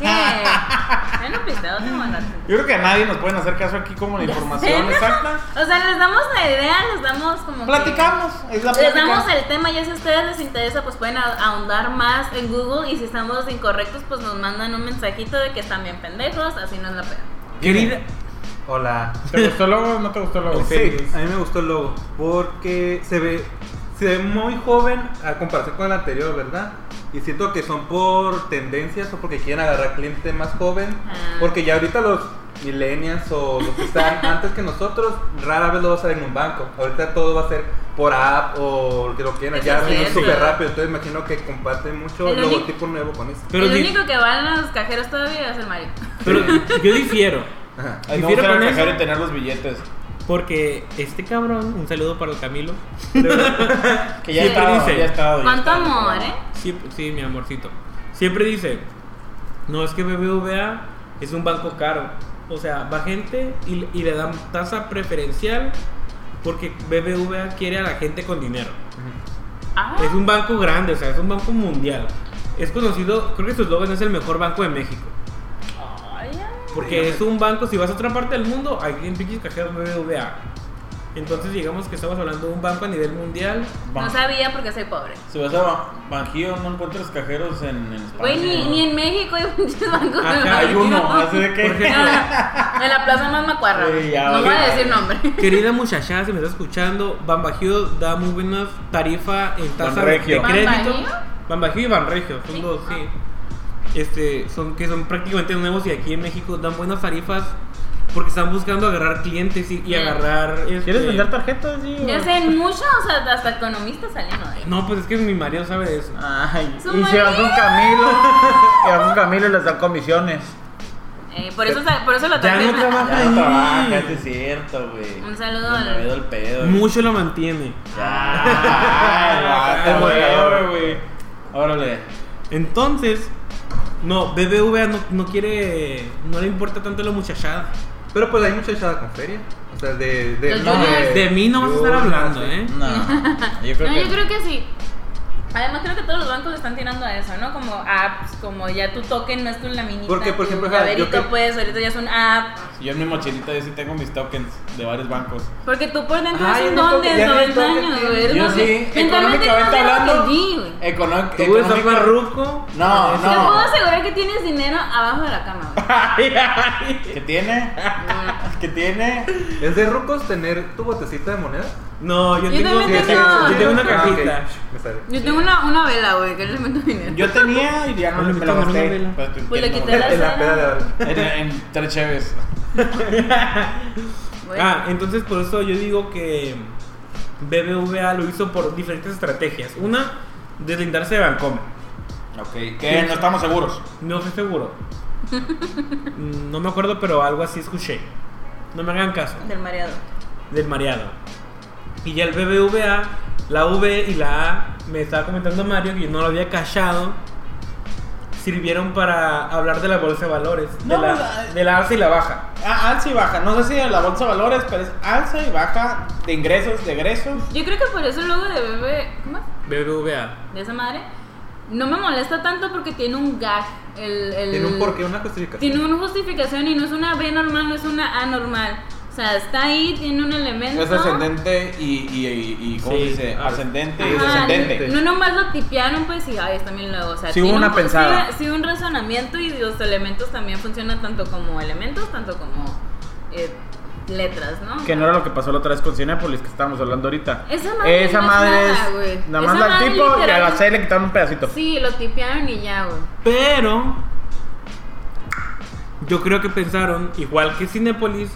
D: ¿Qué? Yo no pisteo, tengo la
C: Yo creo que a nadie nos pueden hacer caso aquí como la información exacta.
D: O sea, les damos la idea, les damos como. que-
C: Platicamos. Es la
D: Les
C: plática.
D: damos el tema, ya si a ustedes les interesa, pues pueden a- ahondar más en Google. Y si estamos incorrectos, pues nos mandan un mensajito de que están bien pendejos, así no es la pena.
B: Querida,
A: Hola.
C: ¿Te gustó el logo o no te gustó el logo?
A: Sí, a mí me gustó el logo porque se ve, se ve muy joven a comparación con el anterior, ¿verdad? Y siento que son por tendencias o porque quieren agarrar cliente más joven.
D: Ah.
A: Porque ya ahorita los millennials o los que están antes que nosotros, rara vez lo vas a ver en un banco. Ahorita todo va a ser por app o que lo quieran.
D: Eso
A: Ya
D: es
A: es
D: cierto.
A: súper rápido. Entonces imagino que comparten mucho
D: El
A: el
D: único-
A: logotipo nuevo con eso.
B: pero,
D: el
B: di-
D: único que va a los cajeros todavía es el Mario.
B: pero yo difiero.
A: Ajá.
C: Ay, no
B: Difiero
C: usar
B: con
C: el
B: eso.
C: cajero y tener los billetes.
B: Porque este cabrón, un saludo para el Camilo.
C: Que ya
D: Sí.
C: estaba,
B: Dice,
C: ya estaba. ya
D: Cuánto
C: estaba.
D: amor, ¿eh?
B: Siempre- sí, mi amorcito. Siempre dice, no es que BBVA es un banco caro. O sea, va gente y, y le dan tasa preferencial porque BBVA quiere a la gente con dinero.
D: Ah,
B: Es un banco grande, o sea, es un banco mundial. Es conocido, creo que su eslogan es el mejor banco de México.
D: ay, ya.
B: Porque es un banco, si vas a otra parte del mundo, hay en pinches cajeros BBVA. Entonces digamos que estamos hablando de un banco a nivel mundial.
D: No sabía porque soy pobre.
C: Si vas a Ba- Banjío, no encuentras cajeros en, en España.
D: Güey, ni, ni en México hay muchos bancos
B: Ajá,
D: de
C: Hay
D: Mario.
C: uno, así de
B: Por
C: que.
B: ejemplo,
D: En la plaza más macuarra.
C: Sí, ya,
D: no voy a
C: vale.
D: decir nombre.
B: Querida muchachada, si me está escuchando, Banbajío da muy buenas tarifa en tasa de
C: Banregio.
B: crédito.
D: ¿Banbajío?
B: Banbajío y Banregio, son
D: Sí. Ah.
B: dos, sí. Este, son que son prácticamente nuevos y aquí en México dan buenas tarifas porque están buscando agarrar clientes y, y agarrar este,
C: tarjetas, tío?
D: Ya sé, muchos, o sea, hasta economistas salimos de ahí.
B: No, pues es que mi marido sabe de eso.
C: Ay,
D: ¡Su
C: y se va con
D: marido!
C: Camilo. Se va con Camilo y les dan comisiones.
D: Eh, por, eso, sa- por eso lo
B: Ya
D: traje.
B: no trabaja.
C: Ya
B: Ay.
C: no trabaja, sí es cierto, güey.
D: Un saludo
C: Me
D: al-
C: ha ido el pedo.
B: Mucho lo mantiene.
C: Ya, el vato,
A: Órale.
C: güey. Órale.
B: Entonces, no, BBVA no, no quiere, no le importa tanto la muchachada.
A: Pero pues hay mucha echada con feria. O sea, de, de,
D: Los
A: no,
D: juniors.
B: De mí no vas a estar
A: juniors,
B: hablando,
A: sí.
B: ¿eh?
C: No. Yo creo
D: No,
C: que.
D: yo creo que sí. Además, creo que todos los bancos le están tirando a eso, ¿no? Como apps, como ya tu token no es tu laminita.
A: Porque, por
D: tu
A: ejemplo, ajá, yo
D: llaverito,
A: que-
D: pues, ahorita ya es un app.
C: Yo en mi mochilita yo sí tengo mis tokens de varios bancos.
D: Porque tú por dentro
A: Ah,
D: haces
A: yo no
D: dónde en
A: toco- ya ni
D: 90
A: toco-
D: años, güey.
C: Yo
D: No sé,
C: sí,
D: mentalmente no
C: económicamente
D: tengo
C: hablando.
D: que ti, güey.
C: Econó-
B: Tú estás
C: económico-
B: parruco.
C: No,
D: Te puedo
C: no.
D: asegurar que tienes dinero abajo de la cama, güey.
B: Ay, ay.
C: ¿Qué tiene? ¿Qué tiene?
A: ¿Es de rucos tener tu botecita de moneda?
B: No, yo,
D: Yo
B: tengo,
D: también
B: yo
D: tengo-
B: tengo- yo tengo una
A: Ah, ok.
B: cajita.
A: Me sale.
D: Yo tengo una, una vela, güey, que le meto dinero.
C: Yo tenía y ya no
B: Oye,
C: me la
B: quítame una
C: gasté.
B: vela.
C: Pues,
D: Pues le
C: no,
D: quité la
A: En la peda de
D: cena.
A: ahora.
C: En, en tres cheves.
D: güey.
B: Ah, entonces por eso yo digo que BBVA lo hizo por diferentes estrategias. Una, deslindarse de Bancomer.
C: Ok, que no estamos seguros.
B: No estoy seguro. Mm, No me acuerdo, pero algo así escuché. No me hagan caso.
D: Del mareado.
B: Del mareado. Y ya el BBVA, la V y la A, me estaba comentando Mario que yo no lo había cachado. Sirvieron para hablar de la bolsa de valores.
C: No,
B: de, la,
C: la-
B: de la alza y la baja.
C: Ah, alza y baja. No sé si en la bolsa de valores, pero es alza y baja de ingresos, de egresos.
D: Yo creo que por eso el logo de bebé. ¿Cómo? es?
B: BBVA.
D: De esa madre. No me molesta tanto porque tiene un gag. El, el-
A: Tiene un porqué, una justificación.
D: Tiene una justificación y no es una B normal, no es una A normal. O sea, está ahí, tiene un elemento.
C: Es ascendente y, y, y, y ¿cómo
B: Sí,
C: se dice?
B: ah,
C: Ascendente y
D: Ajá,
C: descendente.
D: No nomás lo tipearon, pues, y ay, está bien luego. O sea,
C: Sí
D: tiene
C: hubo una
D: un-
C: pensada.
D: Sí, sí un razonamiento y los elementos también funcionan tanto como elementos, tanto como eh, letras, ¿no?
E: Que no era lo que pasó la otra vez con Cinépolis, que estábamos hablando ahorita.
D: Esa madre
E: Esa
D: no es
E: madre
D: nada,
E: es.
D: güey.
E: Nada
D: Esa
E: más la
D: madre
E: tipo y a la
D: literal-
E: C le quitaron un pedacito.
D: Sí, lo tipearon y ya, güey.
B: Pero yo creo que pensaron, igual que Cinepolis,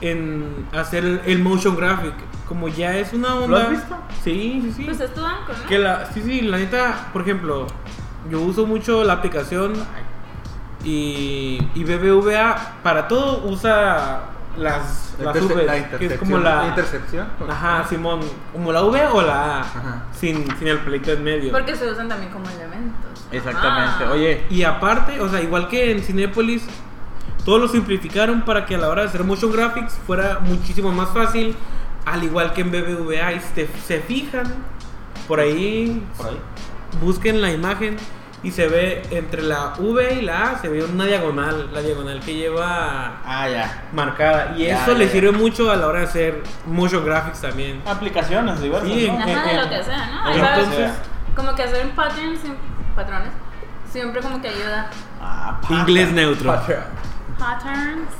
B: en hacer el, el motion graphic. Como ya es una onda.
E: has visto?
B: Sí, sí, sí.
D: Pues es tu banco, ¿no?
B: Que la, sí, sí, la neta, por ejemplo, yo uso mucho la aplicación y, y BBVA para todo usa las,
A: La
B: las
A: interse-
B: V,
A: la
B: que es
A: intercepción.
B: como la...
A: intercepción. pues,
B: Ajá, Simón, como la V o la A,
A: Ajá.
B: sin, sin el pleito en medio.
D: Porque se usan también como elementos.
E: Exactamente.
D: Ah.
E: Oye,
B: Y aparte, o sea, igual que en Cinepolis, todo lo simplificaron para que a la hora de hacer motion graphics fuera muchísimo más fácil, al igual que en BBVA, y se, se fijan por ahí,
C: Por ahí.
B: busquen la imagen y se ve entre la V y la A, se ve una diagonal, la diagonal que lleva
C: Ah, ya.
B: marcada. Y
C: Ya,
B: eso
C: ya,
B: le
C: ya.
B: sirve mucho a la hora de hacer motion graphics también.
C: Aplicaciones diversas.
B: Sí,
C: ¿no?
B: en-
D: Ajá,
B: en-
D: de lo que sea, ¿no?
B: en-
D: Ahí va.
B: entonces,
D: Como que hacer patterns, siem- patrones, siempre como que ayuda.
C: Ah, paja.
B: inglés neutro.
D: Patterns.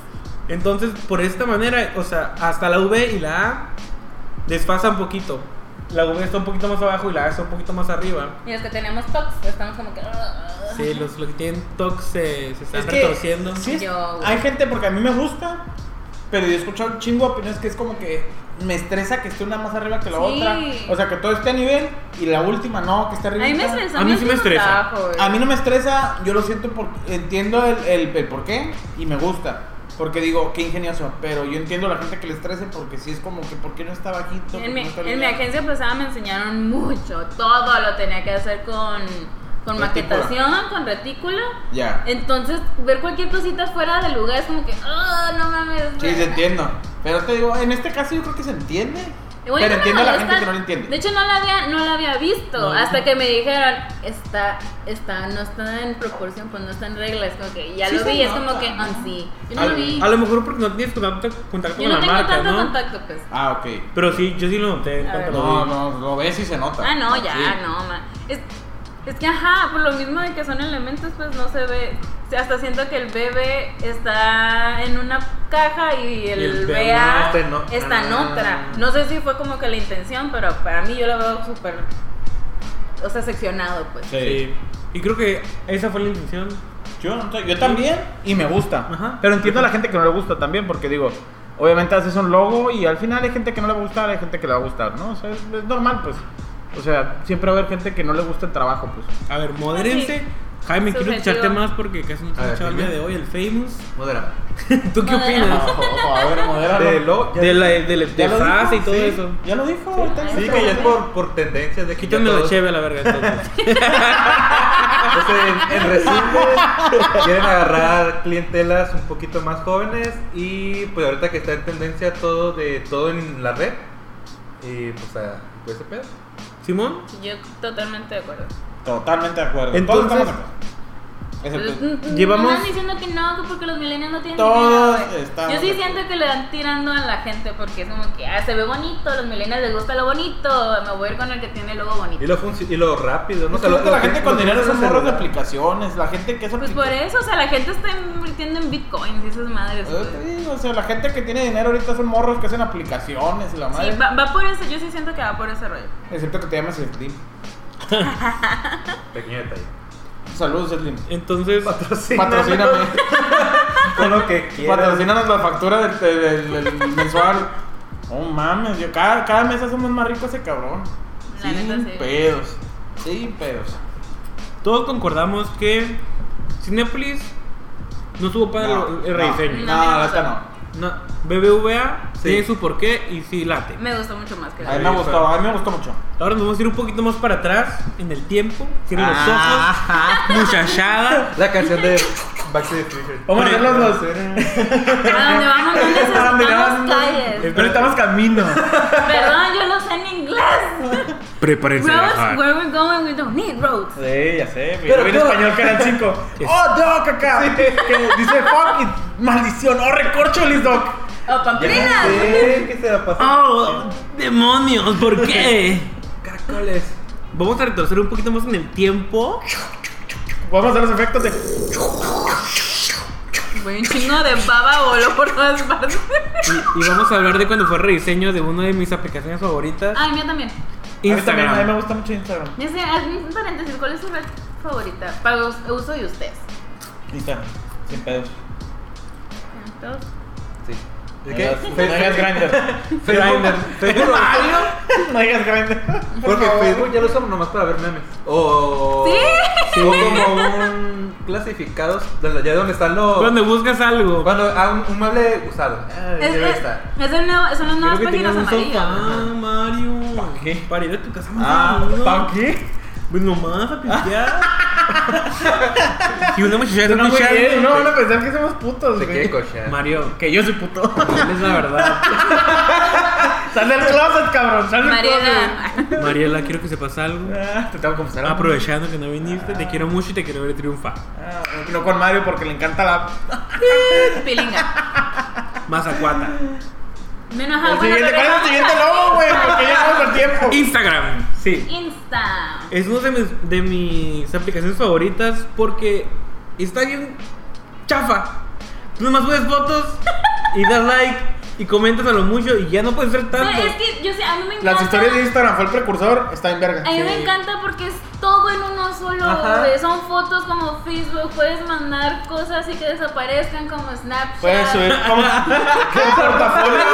B: Entonces, por esta manera, o sea, hasta la V y la A desfasan un poquito. La V está un poquito más abajo y la A está un poquito más arriba.
D: Y los que tenemos tox, estamos como que.
B: Sí, los, los que tienen TOC se, se están
C: Es que-
B: retorciendo.
C: Sí, es-
D: Yo, güey.
C: hay gente porque a mí me gusta, pero yo he escuchado un chingo de opiniones que es como que me estresa que esté una más arriba que la
D: Sí.
C: otra. O sea, que todo esté a nivel y la última no, que esté
D: A
C: arriba.
D: mí me estresa.
B: A mí sí me estresa.
C: A mí no me estresa, yo lo siento, por, entiendo el, el, el por qué y me gusta. Porque digo, qué ingenioso, pero yo entiendo a la gente que le estrese porque sí es como que, ¿por qué no está bajito?
D: En
C: ¿Por
D: mi,
C: qué no está
D: en mi
C: bien?
D: agencia pasada me enseñaron mucho. Todo lo tenía que hacer con, con
C: Retícula.
D: maquetación, con retícula.
C: Ya.
D: Entonces, ver cualquier cosita fuera de lugar es como que, ah, no mames.
C: Sí,
D: güey".
C: se entiendo. Pero te digo, en este caso yo creo que se entiende.
D: Igual
C: pero
D: no me
C: entiendo a la gente
D: molesta.
C: que no lo entiende.
D: De hecho, no la había, no la había visto.
B: No.
D: Hasta que me dijeron, está, está, no está en proporción, pues no está en regla. Es como que ya
C: Sí
D: lo
C: se
D: vi, es
C: nota.
D: como que, ah, sí. Yo no
B: a,
D: lo vi.
B: a lo mejor porque no tienes contacto, contacto
D: Yo
B: con
D: no
B: la
D: tengo
B: marca,
D: tanto
B: ¿no?
D: contacto, pues.
C: Ah, ok.
B: Pero sí, yo sí lo noté. en
D: A
B: cuanto
D: ver.
B: lo
C: No,
B: vi.
C: no, lo ves y se nota.
D: Ah, no, ya,
C: Sí.
D: no, ma. Es, es que, ajá, por lo mismo de que son elementos, pues no se ve. O sea, Hasta siento que el bebé está en una caja y
B: Y el
D: el
B: BA
D: BA
A: está en o-
D: está en
A: Ah.
D: otra. No sé si fue como que la intención, pero para mí yo lo veo súper. O sea, seccionado, pues.
B: Sí. Y creo que esa fue la intención.
C: Yo, no sé, yo también y me gusta.
B: Ajá.
E: Pero entiendo a la gente que no le gusta también, porque digo, obviamente haces un logo y al final hay gente que no le va a gustar, hay gente que le va a gustar, ¿no? O sea, es, es normal, pues. O sea, siempre va a haber gente que no le gusta el trabajo, pues.
B: A ver, modérense. Jaime, quiero
D: Subjetivo.
B: escucharte más porque casi no te
A: A
B: he
A: ver,
B: escuchado el día
A: dime.
B: de hoy, el famous.
A: Modera.
B: ¿Tú qué
D: Modéralo.
B: opinas?
C: Ojo, Oh, a ver, modéralo.
A: De lo, ya-
B: De la, de la-
C: Ah. Ya
B: de
C: lo
B: frase
C: dijo,
B: y todo
C: sí.
B: eso.
C: Ya lo dijo. ahorita
A: Sí,
C: ya
A: que ya es
C: está.
A: por, por tendencias de que
B: Quítame
A: ya
B: la
A: todos-
B: cheve a la verga entonces.
A: Entonces, en, en resumen, quieren agarrar clientelas un poquito más jóvenes y pues ahorita que está en tendencia todo de todo en la red y pues a pues, ese pedo.
B: Simón,
D: Yo totalmente de acuerdo.
C: Totalmente de acuerdo.
B: Entonces-
C: Todos estamos de acuerdo.
D: pues,
F: Excepto-
B: Llevamos-
D: mm, Llevamos... Están diciendo que no, que porque los milenios no tienen
F: Todos
D: dinero, güey.
F: estamos
D: Yo sí
F: de
D: siento que le van tirando a la gente porque es como que, ah, se ve bonito, a los milenios les gusta lo bonito, me voy a ir con el que tiene el logo bonito.
A: Y lo, funci- y lo rápido, ¿no?
F: No,
A: O sea,
E: Pues,
A: lo-
F: la
A: lo que-
F: gente
A: lo
F: con
A: que
F: dinero
A: usa
F: son
A: el
F: morros de
A: celular.
F: aplicaciones. La gente que es
D: Pues por eso, o sea, la gente está invirtiendo en bitcoins y esas
C: Ah,
D: madres. güey.
F: Pues O sea, la gente que tiene dinero ahorita son morros que hacen aplicaciones y la madre.
D: Sí, va, va por eso, yo sí siento que va por ese rollo.
F: Excepto que te llamas Slim.
A: Pequeño detalle.
F: Saludos, Slim.
B: Entonces,
F: Patrocíname.
A: Con lo que quieras.
F: Patrocínanos la factura del, del- del- del mensual. Oh mames, yo cada, cada mes hacemos más rico ese cabrón.
D: La
F: Sin
D: neta, sí.
F: pedos. Sin pedos.
B: todos concordamos que Cinépolis no estuvo para
F: No,
B: el rediseño.
F: No, no,
D: No,
F: la
D: no,
F: neta
D: no.
F: no.
B: No, BBVA
A: Sí.
B: tiene su porqué y sí late.
D: Me gustó mucho más que
F: A
D: la
F: mí me
A: Sí,
F: gustó,
A: pero-
F: a mí me gustó mucho.
B: Ahora nos vamos a ir un poquito más para atrás en el tiempo. Cierren los ojos.
C: Ajá.
B: Muchachada.
A: La canción de Back to the Future.
C: Vamos a hacer los dos.
D: A donde vamos no
C: ¿A dónde
D: necesitamos
C: vamos?
D: calles.
C: Pero estamos camino.
D: Perdón, yo no sé en inglés.
B: Prepárense.
D: Roads, where we're going, we don't need roads.
C: Sí, ya sé.
F: Pero
C: Pero en
F: todo-
C: español, canal 5.
B: Sí.
C: ¡Oh, Doc acá! Que dice fuck y maldición. ¡Oh, recorcholis, Doc!
D: O
A: Ya
D: Oh, pamplinas.
A: sé, ¿Qué se la pasó?
B: ¡Oh! ¡Demonios! ¿Por qué?
A: Caracoles.
B: Vamos a retroceder un poquito más en el tiempo.
C: Vamos a hacer los efectos de.
D: Güey, un chingo de baba voló por todas partes.
B: Y, y vamos a hablar de cuando fue rediseño de una de mis aplicaciones favoritas.
D: Ay, mía también.
C: A mí también, a mí Ah. me
B: Instagram.
C: gusta mucho Instagram.
D: Ya sé, hazme un paréntesis, ¿cuál es su red favorita? Para us- uso de ustedes.
F: Instagram. Sin pedos.
D: Entonces,
A: Sí. ¿De
F: No
A: qué?
F: digas-
A: Fe-
F: No digas Grindr.
A: Facebook. Facebook.
C: No digas grande.
A: Porque Facebook ya lo usamos nomás para ver memes. O.
D: Sí.
A: O como un clasificados donde- ya donde están los.
B: Cuando buscas algo.
A: Cuando ah, un, un mueble usado. Ah,
D: es,
A: debe
D: es,
A: estar.
D: es de nuevo, son las nuevas
B: Creo que
D: páginas
B: tenías un sofá,
D: amarillas.
B: Mario.
C: ¿Para qué?
B: Para ir a tu casa.
C: Ah,
B: Mario.
C: ¿para qué?
B: Pues nomás a pistear. y una muchacha
C: No,
B: escucha-
C: güey, no van a pensar que somos putos,
A: Se
C: güey.
A: quiere cochear.
B: Mario,
C: Que yo soy puto.
B: es la verdad.
C: Sal del closet, cabrón. Sal del
D: Mariana.
B: Mariela, quiero que sepas algo.
C: closet. Ah, te tengo que confesar. algo.
B: Aprovechando que no viniste, te quiero mucho y te quiero ver triunfar.
C: Ah, no con Mario porque le encanta la.
D: Pilinga.
B: Mazacuata.
D: Menos
C: El
D: agua.
C: siguiente, ¿Cuál es el siguiente logo, güey? Porque ya vamos al tiempo.
B: Instagram. Sí.
D: Insta.
B: Es una de mis, de mis aplicaciones favoritas porque está bien chafa. Tú nomás subes fotos y das like y comentas a lo mucho y ya no puedes ser
D: Pero
B: tanto.
D: es que yo sé, a mí me encanta.
C: Las historias de Instagram fue el precursor, está en verga.
D: A mí me
C: Sí.
D: encanta porque es todo en uno solo.
A: Ajá.
D: güey. Son fotos como Facebook, puedes mandar cosas y que desaparezcan como Snapchat.
C: Puedes subir como, como portafolio.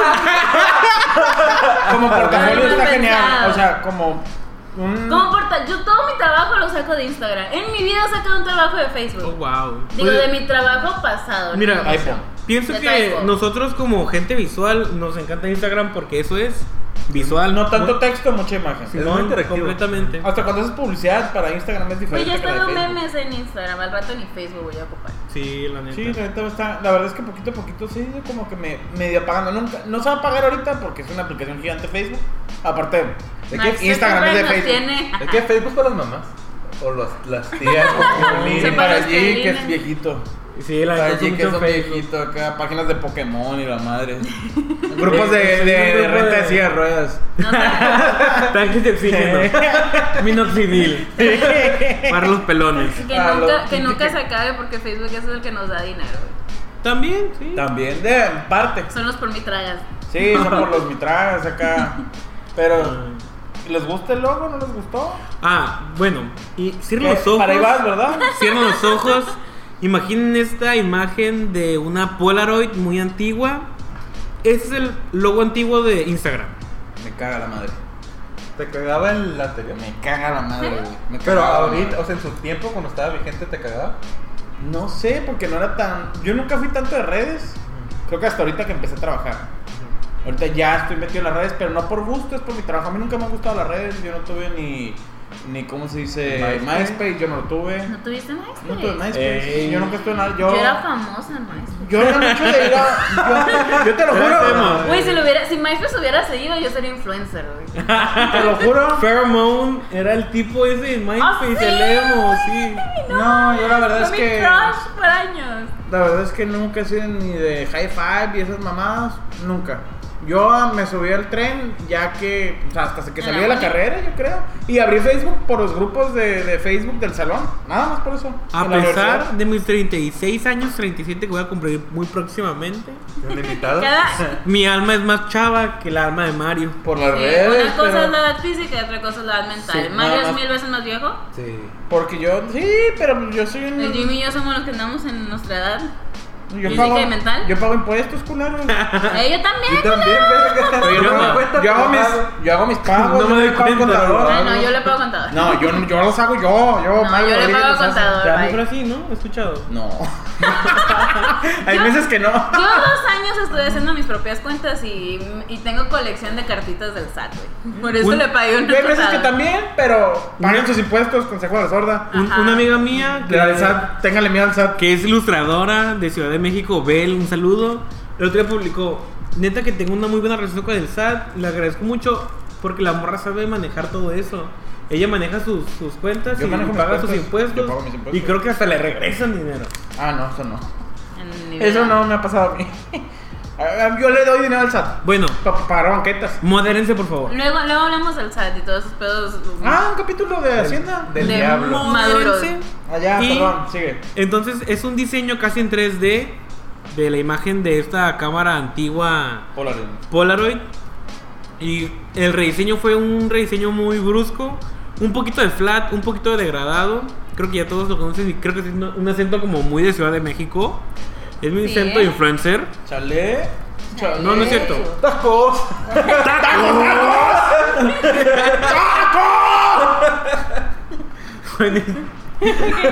C: como portafolio está genial. O sea, como un.
D: Como porta- yo todo mi trabajo lo saco de Instagram. En mi vida he sacado un trabajo de
B: Oh,
D: Facebook.
B: wow.
D: Digo, de mi trabajo pasado. ¿no?
B: Mira,
C: iPhone.
B: Pienso
D: De
B: que
D: Facebook.
B: nosotros como gente visual nos encanta Instagram porque eso es visual.
C: No tanto
B: Muy-
C: texto, mucha imagen.
A: Es muy
B: Simón,
A: interactivo.
B: completamente.
C: Hasta cuando haces publicidad para Instagram es
D: Güey,
C: diferente.
D: yo Pues he
C: que la de
D: estado
C: Facebook.
D: memes en Instagram. Al rato ni Facebook voy a ocupar.
B: Sí, la neta.
C: Sí, la neta está. La verdad es que poquito a poquito sí, como que me medio apagando. Nunca, no se va a apagar ahorita porque es una aplicación gigante Facebook. Aparte,
A: ¿De
D: Mark
A: qué?
C: y- Instagram es de
D: Zuckerberg
C: Facebook.
D: nos
A: ¿De qué Facebook para las mamás? O los, las tías. o
D: Se
C: y
A: familia.
C: para
D: parece
C: allí que
D: Irene.
C: es viejito.
B: Sí, la
C: Para
B: neta.
C: allí
B: uso
C: que es
B: mucho
C: un
B: Facebook.
C: viejito acá, páginas de Pokémon y la madre. Grupos de, de,
B: Sí, un
C: de
B: grupo
C: renta de
B: de-
C: silla de ruedas.
D: tiene. No sé.
B: Tanques de oxígeno. Minoxidil. Para los pelones.
D: Que
C: Ah, lo-
D: nunca, que nunca se acabe porque Facebook es el que nos da dinero. güey.
B: También, sí.
C: También de en parte.
D: Son los por mi tragas.
C: Sí, son por los mitragas acá. Pero, ¿les gusta el logo? ¿No les gustó?
B: Ah, bueno. Y cierra
C: Eh,
B: los ojos.
C: Para ahí vas, ¿verdad?
B: Cierra los ojos. Imaginen esta imagen de una Polaroid muy antigua. Ese es el logo antiguo de Instagram.
C: Me caga la madre.
A: Te cagaba el anterior.
C: Me caga la madre, güey. Me
A: Pero
C: caga la
A: ahorita,
C: madre.
A: o sea, en su tiempo, cuando estaba vigente, te cagaba.
C: No sé, porque no era tan. Yo nunca fui tanto de redes. Creo que hasta ahorita que empecé a trabajar. Ahorita ya estoy metido en las redes, pero no por gusto, es por mi trabajo. A mí nunca me han gustado las redes. Yo no tuve ni. ni ¿Cómo se dice?
A: MySpace.
C: MySpace, yo no lo tuve.
D: ¿No tuviste MySpace?
C: No tuve MySpace.
B: Ey.
C: Yo nunca estuve en nada. Yo.
D: Yo era famosa en MySpace.
C: yo era mucho de ir a. Yo, yo te lo
B: Ya
C: juro.
B: hacemos.
D: Güey, si, lo hubiera, si MySpace hubiera seguido, yo sería influencer, güey.
C: Te lo juro.
B: Pheromone era el tipo ese de MySpace,
D: Ah, sí,
B: el emo, sí.
C: No, yo la verdad es
D: Fue mi
C: que.
D: crush por años.
C: La verdad es que nunca he sido ni de high five y esas mamadas, nunca. Yo ah, me subí al tren ya que, o sea, hasta que
D: En
C: salí
D: la
C: de la
D: uni.
C: carrera, yo creo. Y abrí Facebook por los grupos de, de Facebook del salón, nada más por eso.
B: A
C: En
B: pesar
C: la universidad.
B: de mis 36 años, 37 que voy a cumplir muy próximamente,
A: ¿Un invitado?
D: Cada-
B: mi alma es más chava que la alma de Mario.
C: Por las
D: Sí,
C: redes.
D: Eh, una cosa
C: pero-
D: es la edad física y otra cosa es la edad mental.
C: Sí,
D: Mario
C: nada
D: es
C: más.
D: mil veces más viejo.
A: Sí.
C: Porque yo, sí, pero yo soy
D: El
C: un.
D: Jimmy y yo somos los que andamos en nuestra edad.
C: Yo
D: ¿Física
C: pago,
D: y mental?
C: yo pago impuestos, culero.
D: Eh, yo
A: Y
D: también.
A: también, verga,
B: Oye,
A: yo
B: no,
A: me doy cuenta,
C: yo, hago mis,
A: pero-
C: yo hago mis pagos.
B: No me
C: yo
B: doy
C: pago
B: cuenta,
C: contador.
B: la
D: Bueno, yo le pago contador.
C: No, yo, yo los hago yo. Yo,
D: No,
C: Mario
D: yo le
C: Rodríguez
D: pago
C: los hace.
D: contador.
B: Ya
D: bye.
B: mejor así, ¿no? He escuchado.
C: No. Hay
D: Yo-
C: veces que no.
D: Yo dos años estuve haciendo mis propias cuentas y, y tengo colección de cartitas del SAT, güey. Por eso
B: Un-
D: le pagué un
C: Yo Hay veces que
D: retrasado.
C: también, pero paguen sus impuestos, consejo de la sorda.
B: Un-
D: Ajá.
B: una amiga mía
C: Le da el
B: que,
C: SAT, téngale miedo al SAT.
B: que es ilustradora de Ciudad de México, Bel, un saludo. El otro día publicó, neta que tengo una muy buena relación con el SAT, le agradezco mucho porque la morra sabe manejar todo eso. Ella maneja sus, sus cuentas
C: Yo
B: y
C: manejo mis
B: paga sus
C: cuentas,
B: impuestos,
C: yo pago mis impuestos.
B: y creo que hasta le regresan dinero.
C: Ah, no, eso no.
D: En mi vida.
C: Eso no me ha pasado a mí. Ah, Yo le doy dinero al SAT
B: Bueno,
C: para pagar banquetas.
B: modérense por favor.
D: Luego, luego hablamos del SAT y todos esos pedos.
C: Ah, un capítulo de Hacienda.
A: del
D: de
A: diablo.
D: Maduros.
B: Modérense.
C: Allá,
B: Y-
C: perdón, sigue.
B: Entonces es un diseño casi en 3D de la imagen de esta cámara antigua Polaroid. Y el rediseño fue un rediseño muy brusco, un poquito de flat, un poquito de degradado. Creo que ya todos lo conocen y creo que es un un acento como muy de Ciudad de México. Es mi
D: Sí.
B: acento de influencer.
C: Chale. Chale.
B: No, no es cierto.
C: Tacos.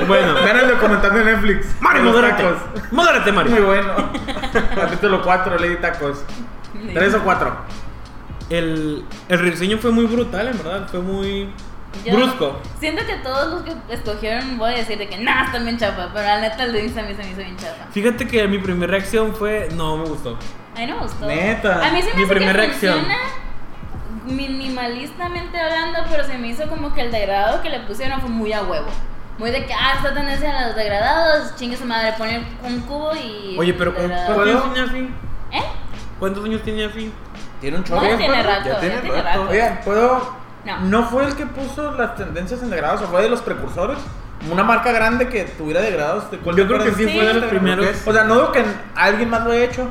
B: bueno,
C: Vean el documental de Netflix.
B: Mario,
C: Los
B: modérate.
C: tacos.
B: Modérate,
C: Muy
B: Mario.
C: bueno. Capítulo 4, Lady Tacos. ¿Tres o cuatro?
B: El, el rediseño fue muy brutal, en verdad. Fue muy
D: Yo
B: brusco.
D: Siento que todos los que escogieron voy a decir de que nada, están bien chapa. Pero la neta, el de Insta a mí se me hizo bien chapa.
B: Fíjate que mi primera reacción fue, no, me gustó.
D: A mí no me gustó.
C: Neta.
D: A mí se me
B: Mi
D: hizo
B: primera
D: que
B: reacción.
D: funciona minimalistamente hablando, pero se me hizo como que el degradado que le pusieron fue muy a huevo. Muy de que, ah, esta tendencia a los degradados, chingue su madre, poner un cubo y.
B: Oye, pero ¿cu-
D: degradado.
B: ¿cuántos años tenía Afi?
D: ¿Eh?
B: ¿Cuántos años tenía Afi?
C: Tiene un
D: No,
C: chorro.
D: ya tiene rato,
A: ya
D: ya
A: tiene
D: tiene,
A: rato.
D: rato.
C: Oigan, ¿puedo?
D: No.
C: No. fue el que puso las tendencias en degrados? ¿O fue de los precursores? Una marca grande que tuviera degrados. ¿de cuál
B: Yo
C: te
B: creo que
C: acuerdas?
B: sí,
D: Sí.
B: fue de los
D: Creo
B: primeros.
A: que sí.
C: O sea, no digo que alguien más lo haya hecho,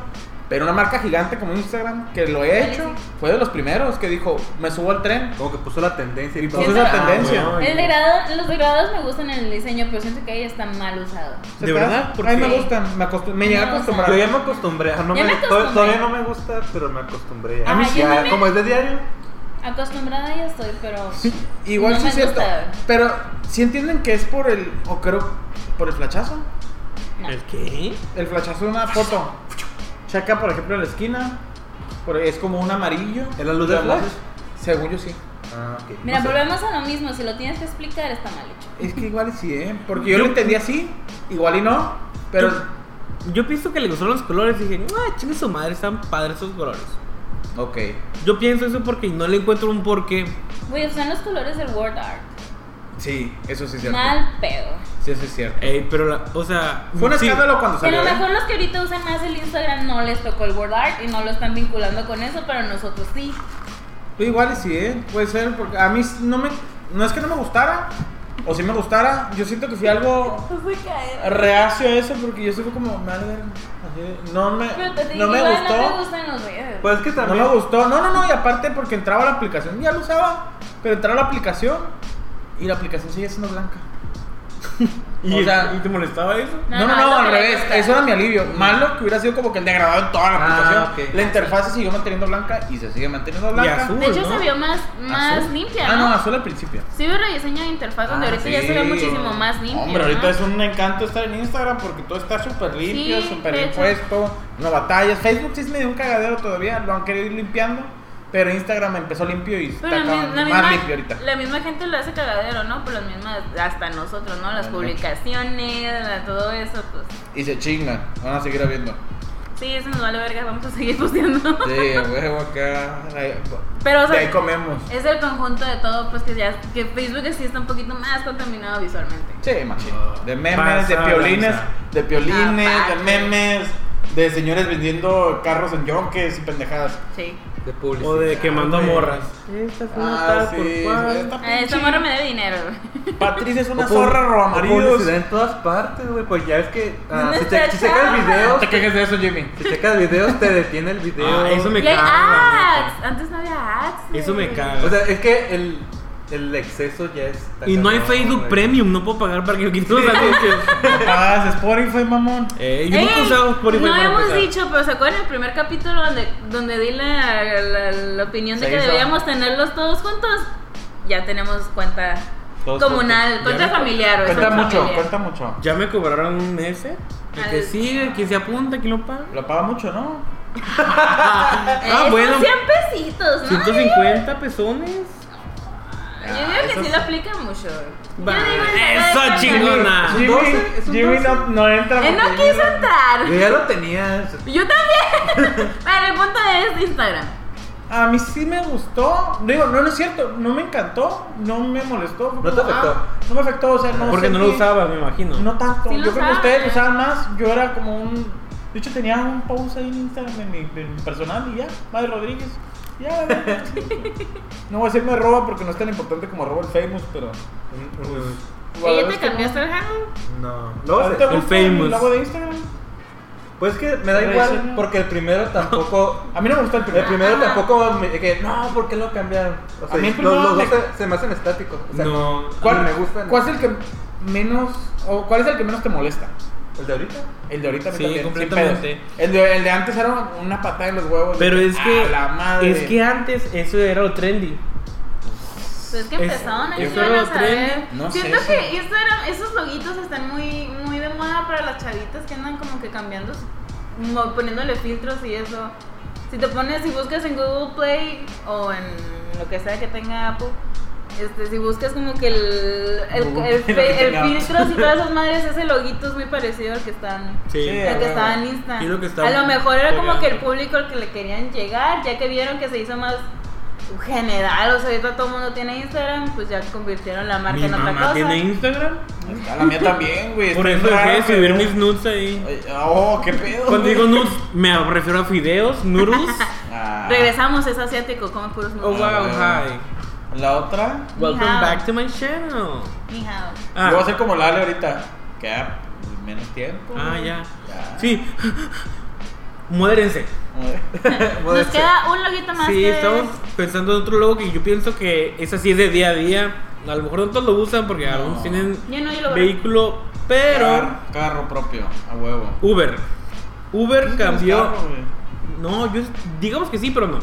C: pero una marca gigante como Instagram que lo he
D: Sí,
C: hecho
D: sí.
C: fue de los primeros que dijo, me subo al tren.
A: Como que puso la tendencia. Y
C: Puso
D: Siento-
C: la tendencia.
B: Ah,
D: El degradado, los degradados me gustan en el diseño, pero siento que ahí está mal usado.
C: ¿Se
B: ¿De
C: te hace?
B: verdad? ¿Por
C: A mí
B: qué?
C: me gustan, me, acostum- me llegué a
D: No,
C: acostumbrar.
A: Yo ya me acostumbré, ah, no me-
D: Ya me
A: to-
D: acostumbré.
A: todavía no me gusta, pero me acostumbré.
D: Ajá, yo
A: ya,
D: también.
A: como es de diario,
D: Acostumbrada ya estoy, pero.
C: Igual
D: no
C: sí
D: me
C: es cierto.
D: gusta.
C: Pero sí entienden que es por el, o creo, por el flachazo.
D: No.
B: ¿El qué?
C: El flachazo de una foto. Checa, por ejemplo, en la esquina. por- es como un amarillo.
A: ¿es la luz del flash?
C: Según yo sí.
A: Ah, ok.
D: Mira,
A: No sé.
D: volvemos a lo mismo, si lo tienes que explicar está mal hecho.
C: Es que igual y sí, ¿eh? Porque yo, lo entendí así. Igual y no. Pero
B: Yo pienso que le gustaron los colores y dije, ah, chingue su madre, están padres esos colores.
C: Ok.
B: Yo pienso eso porque no le encuentro un porqué.
D: Güey, usan los colores del word art.
C: Sí, eso sí es cierto.
D: Mal pedo.
C: Sí, eso es cierto.
B: Ey, pero, la- o sea.
C: Fue un
B: sí,
C: escándalo cuando
D: Que a
C: salió.
D: lo
C: ¿eh?
D: mejor los que ahorita usan más el Instagram no les tocó el word art y no lo están vinculando con eso, pero nosotros sí.
C: Pues igual y sí, ¿eh? Puede ser, porque a mí no me. No es que no me gustara. O si me gustara. Yo siento que fui algo reacio a eso porque yo estuve como. "Madre, así de- No me,
D: Pero te digo,
C: no me
D: igual
C: gustó.
D: no te gustan los redes.
A: Pues es que
C: No
A: también.
C: me gustó. No, no, no. Y aparte porque entraba la aplicación. Ya lo usaba. Pero entraba la aplicación. Y la aplicación sigue siendo blanca.
B: Y,
C: O sea-
B: ¿y te molestaba eso?
D: No,
C: No, no,
D: no,
C: no,
D: es lo que
C: al
D: le
C: revés.
D: gusta.
C: Eso era mi alivio. Malo que hubiera sido como que el degradado en toda la
A: Ah,
C: aplicación.
A: ok.
C: La interfaz se siguió manteniendo blanca y se sigue manteniendo blanca.
B: azul.
D: de hecho
B: ¿no?
D: se vio más, más
C: Azul.
D: limpia,
C: Ah, no,
D: ¿no?
C: azul al principio.
D: Sí, veo rediseño de interfaz donde
A: Ah,
D: ahorita ya se ve
A: sí.
D: muchísimo más limpio.
C: Hombre, ahorita
D: ¿no?
C: es un encanto estar en Instagram porque todo está súper limpio,
D: Sí,
C: súper
D: de hecho.
C: impuesto, no batallas. Facebook sí es medio un cagadero todavía, lo han querido ir limpiando. Pero Instagram empezó limpio y
D: Pero la,
C: está
D: mi-
C: acabando.
D: la
C: más limpio
D: misma,
C: ahorita.
D: la misma gente lo hace cagadero, ¿no? Por las mismas, hasta nosotros, ¿no? Las
C: Bueno.
D: publicaciones, la- todo eso, pues.
C: Y se chingan, van a seguir habiendo.
D: Sí, eso nos vale verga, vamos a seguir posteando.
C: Sí, a huevo acá. De
D: Pero, o sea,
C: ahí comemos.
D: es el conjunto de todo, pues que ya, que Facebook sí está un poquito más contaminado visualmente.
C: Sí, machín. De memes,
B: Pasa
C: de piolines,
B: lanza.
C: de piolines,
D: Aparte.
C: de memes, de señores vendiendo carros en yonques y pendejadas.
D: Sí.
A: De publicidad.
B: O de quemando
C: güey.
B: morras.
C: Ah, sí. Esta
D: Eh, Esta
C: pinche
D: morra me debe dinero, güey.
C: Patricia es una
A: O pub-
C: zorra
A: o
C: robamaridos.
A: publicidad en todas partes, güey. Pues ya es que ah,
D: ¿Dónde
A: si,
D: está
A: che-
D: el
A: si checas
D: chavo?
A: videos,
C: te quejes de eso, Jimmy.
A: si checas videos te detiene el video.
B: Ah, eso me
D: Y hay
B: caga. la
D: ads.
B: neta.
D: Antes no había ads. eh.
B: Eso me
D: güey.
B: caga.
A: O sea, es que el, el exceso ya es.
B: y no hay Facebook Premium, no puedo pagar para que me quiten los anuncios.
C: Ah, Spotify, mamón.
B: Eh, yo nunca he
D: Ey,
B: usado Spotify
D: No
B: para
D: hemos
B: empezar.
D: dicho, pero ¿se acuerdan el primer capítulo donde, donde di la, la- la opinión de
C: Se
D: que
C: hizo.
D: debíamos tenerlos todos juntos? Ya tenemos cuenta
C: Todos
D: comunal,
B: juntos.
D: cuenta
B: Ya me-
D: familiar. güey,
C: Cuenta
D: somos
C: mucho,
D: familia.
C: cuenta mucho.
B: Ya me cobraron un mes. eh. El que
D: Al-
B: sigue, quien se apunta, quien lo paga.
C: Lo paga mucho, ¿no?
D: Eh,
B: Ah,
D: son
B: bueno.
D: 100 pesitos, ¿no?
B: 150 pezones.
D: Yo digo que sí lo aplica mucho.
B: Ah, Va,
D: Yo digo,
B: eso,
D: "Ay,
B: chingona.
A: Sí.
C: Jimmy,
A: doce, es un
C: Ah. Jimmy
A: doce.
C: no, no entra.
D: Él Eh, no
C: porque
D: quiso
C: Jimmy-
D: entrar.
A: Yo ya lo tenía.
D: Yo también. Pero el punto es Instagram.
C: A mí sí me gustó. Digo, no, no es cierto. No me encantó. No me molestó. Fue
A: No te
C: como,
A: afectó.
C: ah, no me afectó. O sea, no.
B: Porque no lo
C: sentí-
B: usabas, me imagino.
C: No tanto.
D: Sí lo
C: yo creo que
D: usaba.
C: ustedes lo usaban más. Yo era como un. De hecho, tenía un post ahí en Instagram en mi, en mi personal y ya. Madre Rodríguez. Ya, la verdad. No voy a decirme arroba porque no es tan importante como arroba el famous, pero.
D: ¿Ella te cambiaste el handle?
A: No. Ah,
C: ¿No
A: Luego
C: te
A: se-
B: El
C: gusta el
B: Famous.
C: logo de Instagram?
A: pues que me da
C: Pero eso
A: igual
C: no.
A: porque el primero tampoco.
C: A mí no me gustó el
A: El
C: primero.
A: primero tampoco me que no, ¿por qué lo cambiaron? O sea,
C: A mí
A: los,
C: el primero
A: los
C: me-
A: dos se, se me hacen estáticos. O sea,
B: No.
A: ¿Cuál me gusta?
C: ¿Cuál es el que menos. o cuál es el que menos te molesta?
A: ¿El de ahorita?
C: El de ahorita me
B: Sí,
C: también, sin
B: completamente.
C: pedos. El de, el de antes era una patada en los huevos.
B: Pero es
C: A
B: que.
C: Ah, la madre.
B: Es que antes eso era lo trendy.
D: Pues es que
B: Es-
D: empezaron ahí
B: eso
D: van
B: era
D: a saber.
C: trendy. No
D: Siento
C: sé,
D: que Instagram, esos loguitos están muy, muy de moda para las chavitas que andan como que cambiando, su- mo- poniéndole filtros y eso. Si te pones, si buscas en Google Play o en lo que sea que tenga Apple, este, si buscas como que el, el,
C: Google
D: el
C: Play,
D: fe-
C: lo que
D: el
C: tenga.
D: filtros y todas esas madres, ese loguito es muy parecido al que están.
C: Sí.
D: al que
C: huevo.
D: estaba en Insta.
B: Y lo que estaba
D: a lo mejor era como
B: pegando.
D: que el público al que le querían llegar, ya que vieron que se hizo más general, o sea, ahorita todo el mundo tiene Instagram, pues ya convirtieron la marca
B: Mi
D: en otra
B: mamá
D: cosa.
B: tiene Instagram.
C: A Ah, la mía también, güey.
B: Por
C: está
B: eso dejé de
C: raro,
B: subir
C: güey.
B: mis nudes ahí.
C: Ay, Oh, qué pedo.
B: Cuando
C: güey.
B: digo nudes, me refiero a fideos, noodles.
C: Ah,
D: Regresamos, es asiático, come puros
B: Oh,
D: nudos.
B: wow, hi.
C: La otra.
B: Welcome
D: Mijao.
B: back to my channel.
D: Ni hao.
C: Yo voy a
B: Ah,
C: hacer como Lale ahorita. Que ah, menos tiempo.
B: ah, ya.
C: Ya.
B: Sí. Modérense.
C: Güey.
D: Nos queda un loguito más
B: Sí,
D: que-
B: estamos pensando en otro logo que yo pienso que esa sí es de día a día. A lo mejor no todos lo usan porque
C: No.
B: algunos tienen
D: Yo no, yo lo borré.
B: vehículo, pero
C: Car- Carro propio, a huevo.
B: Uber. Uber cambió.
C: Carro, güey.
B: No, yo digamos que sí, pero no.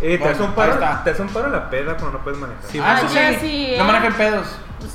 A: Eh, te,
C: Bueno,
A: hace un
C: ahí
A: paro,
C: está.
A: te hace un paro la peda cuando no puedes manejar.
B: Sí.
C: Ah,
D: Ah,
C: eso
D: ya
C: sí.
D: sí,
C: No
D: eh.
C: manejen pedos.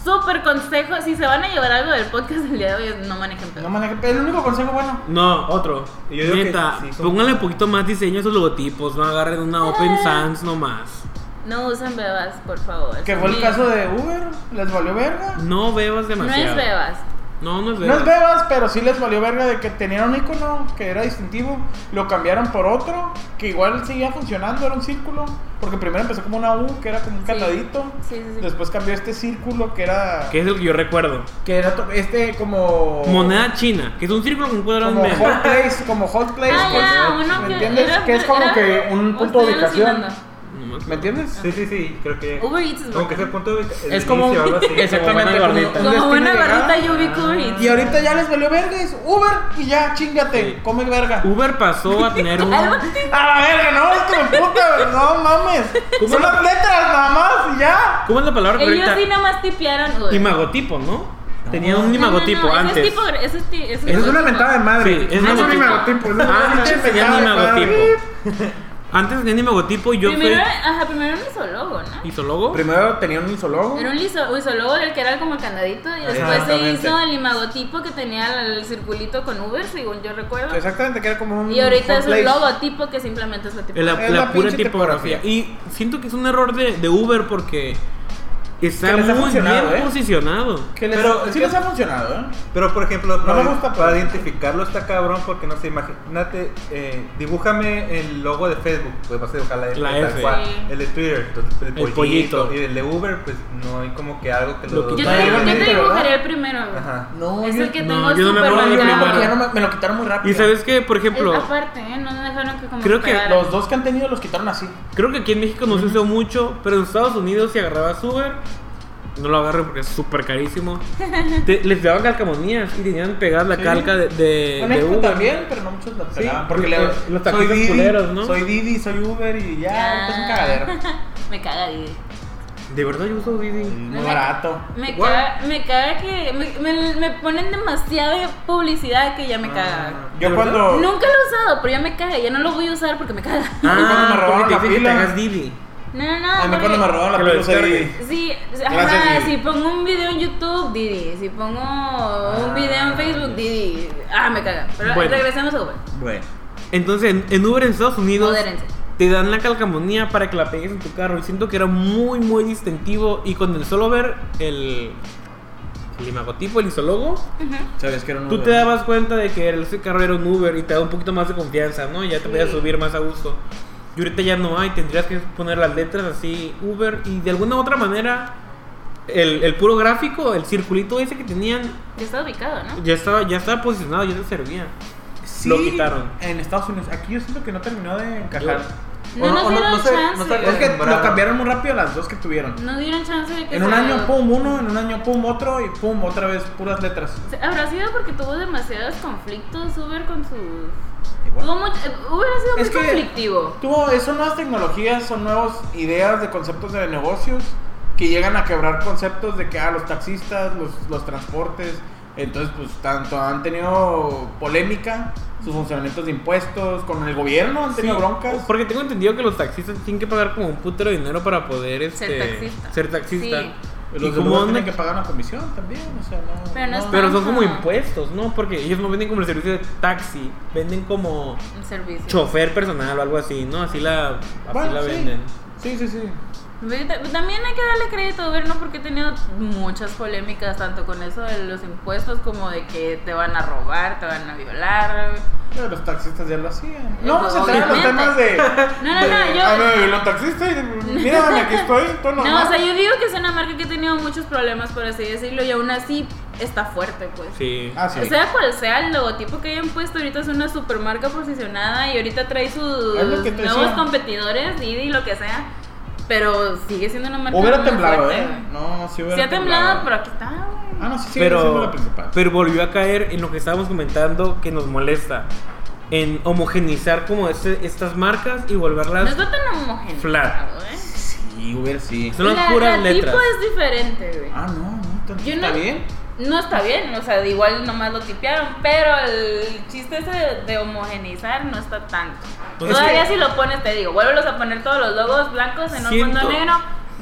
D: Súper consejo, si se van a llevar algo del podcast del día de hoy, es no manejen pedo.
C: No manejen pedos. El único consejo bueno.
B: No, otro.
A: Y yo digo que
B: Neta,
A: sí son-
B: pónganle un poquito más diseño a esos logotipos. No agarren una Open
D: Eh.
B: Sans nomás.
D: No usen bebas, por favor.
C: Que fue el
D: Sí.
C: caso de Uber. Les valió verga.
B: No bebas
D: No
B: demasiado.
D: es bebas.
B: No, no es
C: No
B: bebas.
C: es bebas, pero sí les valió verga de que tenían un icono que era distintivo, lo cambiaron por otro, que igual seguía funcionando, era un círculo, porque primero empezó como una U, que era como un
D: Sí.
C: candadito,
D: Sí, sí, sí.
C: después cambió este círculo que era...
B: Que es lo que yo recuerdo.
C: Que era to- este como...
B: Moneda china, que es un círculo con un cuadrado en
C: Como
B: medio.
C: hot place, como hot place.
D: Ah, ya,
C: pues,
D: uno
C: ¿Me
D: que-
C: entiendes?
D: era-
C: que es como
D: era-
C: que un punto de
D: estoy
C: ubicación.
D: alucinando.
B: No me acuerdo.
C: ¿Me entiendes?
D: Ah.
A: Sí, sí, sí, creo que.
D: Uber Eats es
A: Aunque sea
D: bueno.
A: el punto de ubica- el
C: Es como
A: inicio, algo así.
C: Exactamente.
B: Como buena
C: un
B: gordita.
C: destino
D: Como buena
C: de llegada.
D: barrita yo ubico Uber
C: Y
D: Eats.
C: ahorita ya les valió verga, es Uber y ya, chingate,
B: Sí.
C: come verga.
B: Uber pasó a tener un.
C: A la verga, no, es que me puta, güey, no mames. Son las letras nada más y ya.
B: ¿Cómo es la palabra
D: Ellos
B: correcta?
D: sí nomás tipearon Uber.
B: Imagotipo, ¿no? Tenía un
D: No, no, no,
B: imagotipo
D: Ese
B: antes.
D: es tipo, ese es ti- ese
B: Eso es
D: tipo.
B: una
C: de madre.
B: Sí, es
C: Ah,
B: un imagotipo.
C: imagotipo, es una
B: Ah,
C: pinche
B: tenía un
C: mentada de madre.
B: imagotipo. Antes tenía animagotipo y yo
D: primero,
B: fui
D: ajá, primero era un isólogo, ¿no?
B: isólogo.
C: Primero tenía un isólogo.
D: Era un liso- isólogo del que era como candadito y después se
C: Exactamente.
D: hizo el imagotipo que tenía el circulito con Uber, según yo recuerdo.
C: Exactamente, que era como un.
D: Y ahorita es un
C: place.
D: logotipo que simplemente es la tipo.
B: La,
C: Es
B: la
C: la
B: pura
C: pinche
B: tipografía.
C: tipografía.
B: Y siento que es un error de, de Uber porque está
C: Que les
B: muy
C: ha
B: bien
C: funcionado, ¿eh?
B: posicionado.
C: Que les-
A: Pero es
C: sí
A: que-
C: les ha funcionado, ¿eh?
A: Pero por ejemplo, para,
C: me gusta,
A: para
C: pero-
A: identificarlo está cabrón porque no sé, imagínate, eh, dibújame el logo de Facebook, pues vas a dibujar la, F
B: La
A: tal
B: F.
A: cual.
D: Sí.
A: El de Twitter, entonces, el,
B: El
A: pollito.
B: pollito.
A: Y el de Uber, pues no hay como que algo que
B: Lo
A: lo...
D: Yo te,
B: No,
D: digo- yo te
C: realmente,
D: dibujaría
C: ¿verdad?
D: el primero. güey.
A: Ajá.
C: No,
D: Es
C: yo-
D: el que
B: no,
D: tengo
B: yo no me
D: súper
B: acuerdo del
D: marcado.
B: primero.
C: Ya no me, me lo quitaron muy rápido.
B: Y sabes que, por ejemplo,
D: Es- aparte, ¿eh? no dejaron que como
B: Creo que
D: pegaran.
C: Los dos que han tenido los quitaron así.
B: creo que aquí en México no se usó mucho, pero en Estados Unidos si agarrabas Uber, no lo agarren porque es súper carísimo. te- les daban calcamonías y tenían pegar la
C: Sí.
B: calca de, de,
C: En
B: de
C: México
B: Uber.
C: este también, pero no muchos la pegaban. porque le,
B: los- los taquistas
C: soy Didi,
B: culeros, ¿no?
C: Soy Didi, soy Uber y ya,
D: Ah.
C: ahorita es Ah, pues un cagadero.
D: me caga Didi.
B: De verdad yo uso Didi.
C: Muy barato.
D: Me
A: What?
D: caga, me caga que me, me- me ponen demasiada publicidad que ya
C: Ah.
D: me caga.
C: Yo
B: ¿De
C: cuando.
D: Nunca lo he usado, pero ya me caga. Ya no lo voy a usar porque me caga.
C: cuando me robaron
B: Ah, porque
C: la
B: te dicen que te
C: pila.
B: hagas Didi.
D: No, no, no.
C: A mí
D: porque-
C: cuando me robaron la
B: Que lo
C: pelusa de
B: descarguen.
C: Didi.
D: Sí,
C: Gracias,
D: ajá,
C: Didi.
D: si pongo un video en YouTube, Didi. Si pongo
C: Ah.
D: un video en Facebook, Didi. Ah, me caga. Pero
B: Bueno.
D: regresemos a Uber.
C: Bueno.
B: Entonces, en, en Uber en Estados Unidos
D: Modérense.
B: te dan la calcamonía para que la pegues en tu carro. Y siento que era muy, muy distintivo. Y con el solo ver el, el imagotipo, el isólogo,
C: Sabes que era un
B: tú
C: Uber.
B: te dabas cuenta de que ese carro era un Uber y te daba un poquito más de confianza, ¿no? Ya te podías
D: Sí.
B: subir más a gusto. Y ahorita ya no hay, tendrías que poner las letras así, Uber. Y de alguna otra manera, el, el puro gráfico, el circulito ese que tenían,
D: Ya está ubicado, ¿no?
B: ya estaba, ya estaba posicionado, ya te servía.
C: Sí,
B: Lo quitaron.
C: En Estados Unidos. Aquí yo siento que no terminó de encajar.
D: No,
A: O
D: nos
A: o
D: dieron
A: no sé,
D: chance.
A: no sé,
C: Es que
A: Bravo.
C: lo cambiaron muy rápido las dos que tuvieron.
D: No dieron chance de que
C: En un
D: se-
C: año, pum, uno, en un año, pum, otro, y pum, otra vez, puras letras.
D: Habrá sido porque tuvo demasiados conflictos Uber con sus.
C: Igual.
D: Tuvo mucho- eh, Uber ha
C: Es
D: sido muy
C: que-
D: conflictivo.
C: Tuvo, eh, son nuevas tecnologías, son nuevas ideas de conceptos de negocios que llegan a quebrar conceptos de que ah, los taxistas, los, los transportes, entonces pues tanto han tenido polémica, sus funcionamientos de impuestos, con el gobierno han tenido
B: Sí,
C: broncas.
B: Porque tengo entendido que los taxistas tienen que pagar como un putero de dinero para poder este,
D: taxista.
B: ser taxista.
D: Sí.
C: Los
B: Y
C: del
B: como
C: Uber
B: andan-
C: tienen que pagar una comisión también, o sea, no...
D: Pero no es
B: Pero son como
D: Ajá.
B: impuestos, ¿no? Porque ellos no venden como el servicio de taxi, venden como
D: Un servicio.
B: chofer personal o algo así, ¿no? Así la, así
C: Bueno,
B: la
C: sí.
B: venden.
C: Sí, sí, sí.
D: Ve- ta- También hay que darle crédito a Uber, ¿no? Porque he tenido muchas polémicas, tanto con eso de los impuestos como de que te van a robar, te van a violar.
C: Pero los taxistas ya lo hacían.
D: Eh,
C: No vamos a entrar en los temas
D: obviamente.
C: de...
D: No, no, no,
C: de,
D: yo-
C: Ah, no, de los taxistas y de, mira, aquí estoy, todo
D: No,
C: normal".
D: o sea, yo digo que es una marca que ha tenido muchos problemas, por así decirlo, y aún así está fuerte, pues.
B: Sí.
C: Ah, sí.
D: Sea cual sea el logotipo que hayan puesto, ahorita es una supermarca posicionada y ahorita trae sus
C: Es lo
D: nuevos
C: que te decía.
D: competidores, Didi, lo que sea, pero sigue siendo una marca
C: Hubiera
D: muy
C: temblado,
D: fuerte,
C: ¿eh?
D: güey.
C: No, sí hubiera
D: Sí ha temblado, pero aquí está,
C: Ah,
D: güey.
C: no, sí, sí, pero...
B: pero,
C: la principal.
B: pero volvió a caer en lo que estábamos comentando que nos molesta. En homogenizar como este- estas marcas y
C: Ah,
D: No
B: volverlas...
D: está tan homogéneo.
B: Flat.
D: ¿eh?
C: Sí, Uber sí.
B: Son las
D: la,
B: puras
D: la tipo
B: letras.
D: es diferente, güey.
C: Ah, no, no, tan-
D: Yo
C: ¿está
D: no-
C: bien?
D: No está bien, o sea, de igual nomás lo tipearon, pero el chiste ese de, de homogeneizar no está tanto.
B: Pues es
D: Todavía
B: que-
D: si lo pones, te digo, vuélvelos a poner todos los logos blancos en un
B: Siento-
D: fondo negro,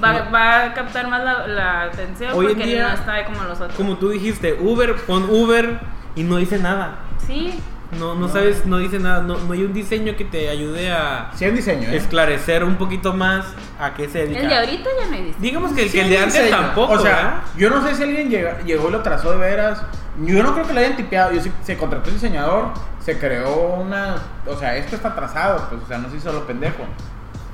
D: va,
B: No.
D: va a captar más la, la atención
B: Hoy en
D: porque
B: día-
D: no está como los otros.
B: Como tú dijiste, Uber, pon Uber y no dice nada.
D: Sí,
B: No, no, sabes, no dice nada, no, no hay un diseño que te ayude a
C: Sí, hay un diseño, ¿eh?
B: esclarecer un poquito más a qué se dedica.
D: el de ahorita ya no existe.
B: Digamos que el,
C: Sí,
B: que el
C: hay
B: de
C: un
B: antes
C: diseño.
B: tampoco,
C: O sea,
B: ¿verdad?
C: yo no sé si alguien llega- llegó y lo trazó de veras. Yo no creo que lo hayan tipeado. Yo sí, se contrató un diseñador, se creó una. O sea, esto está trazado, pues, o sea, no se hizo lo pendejo.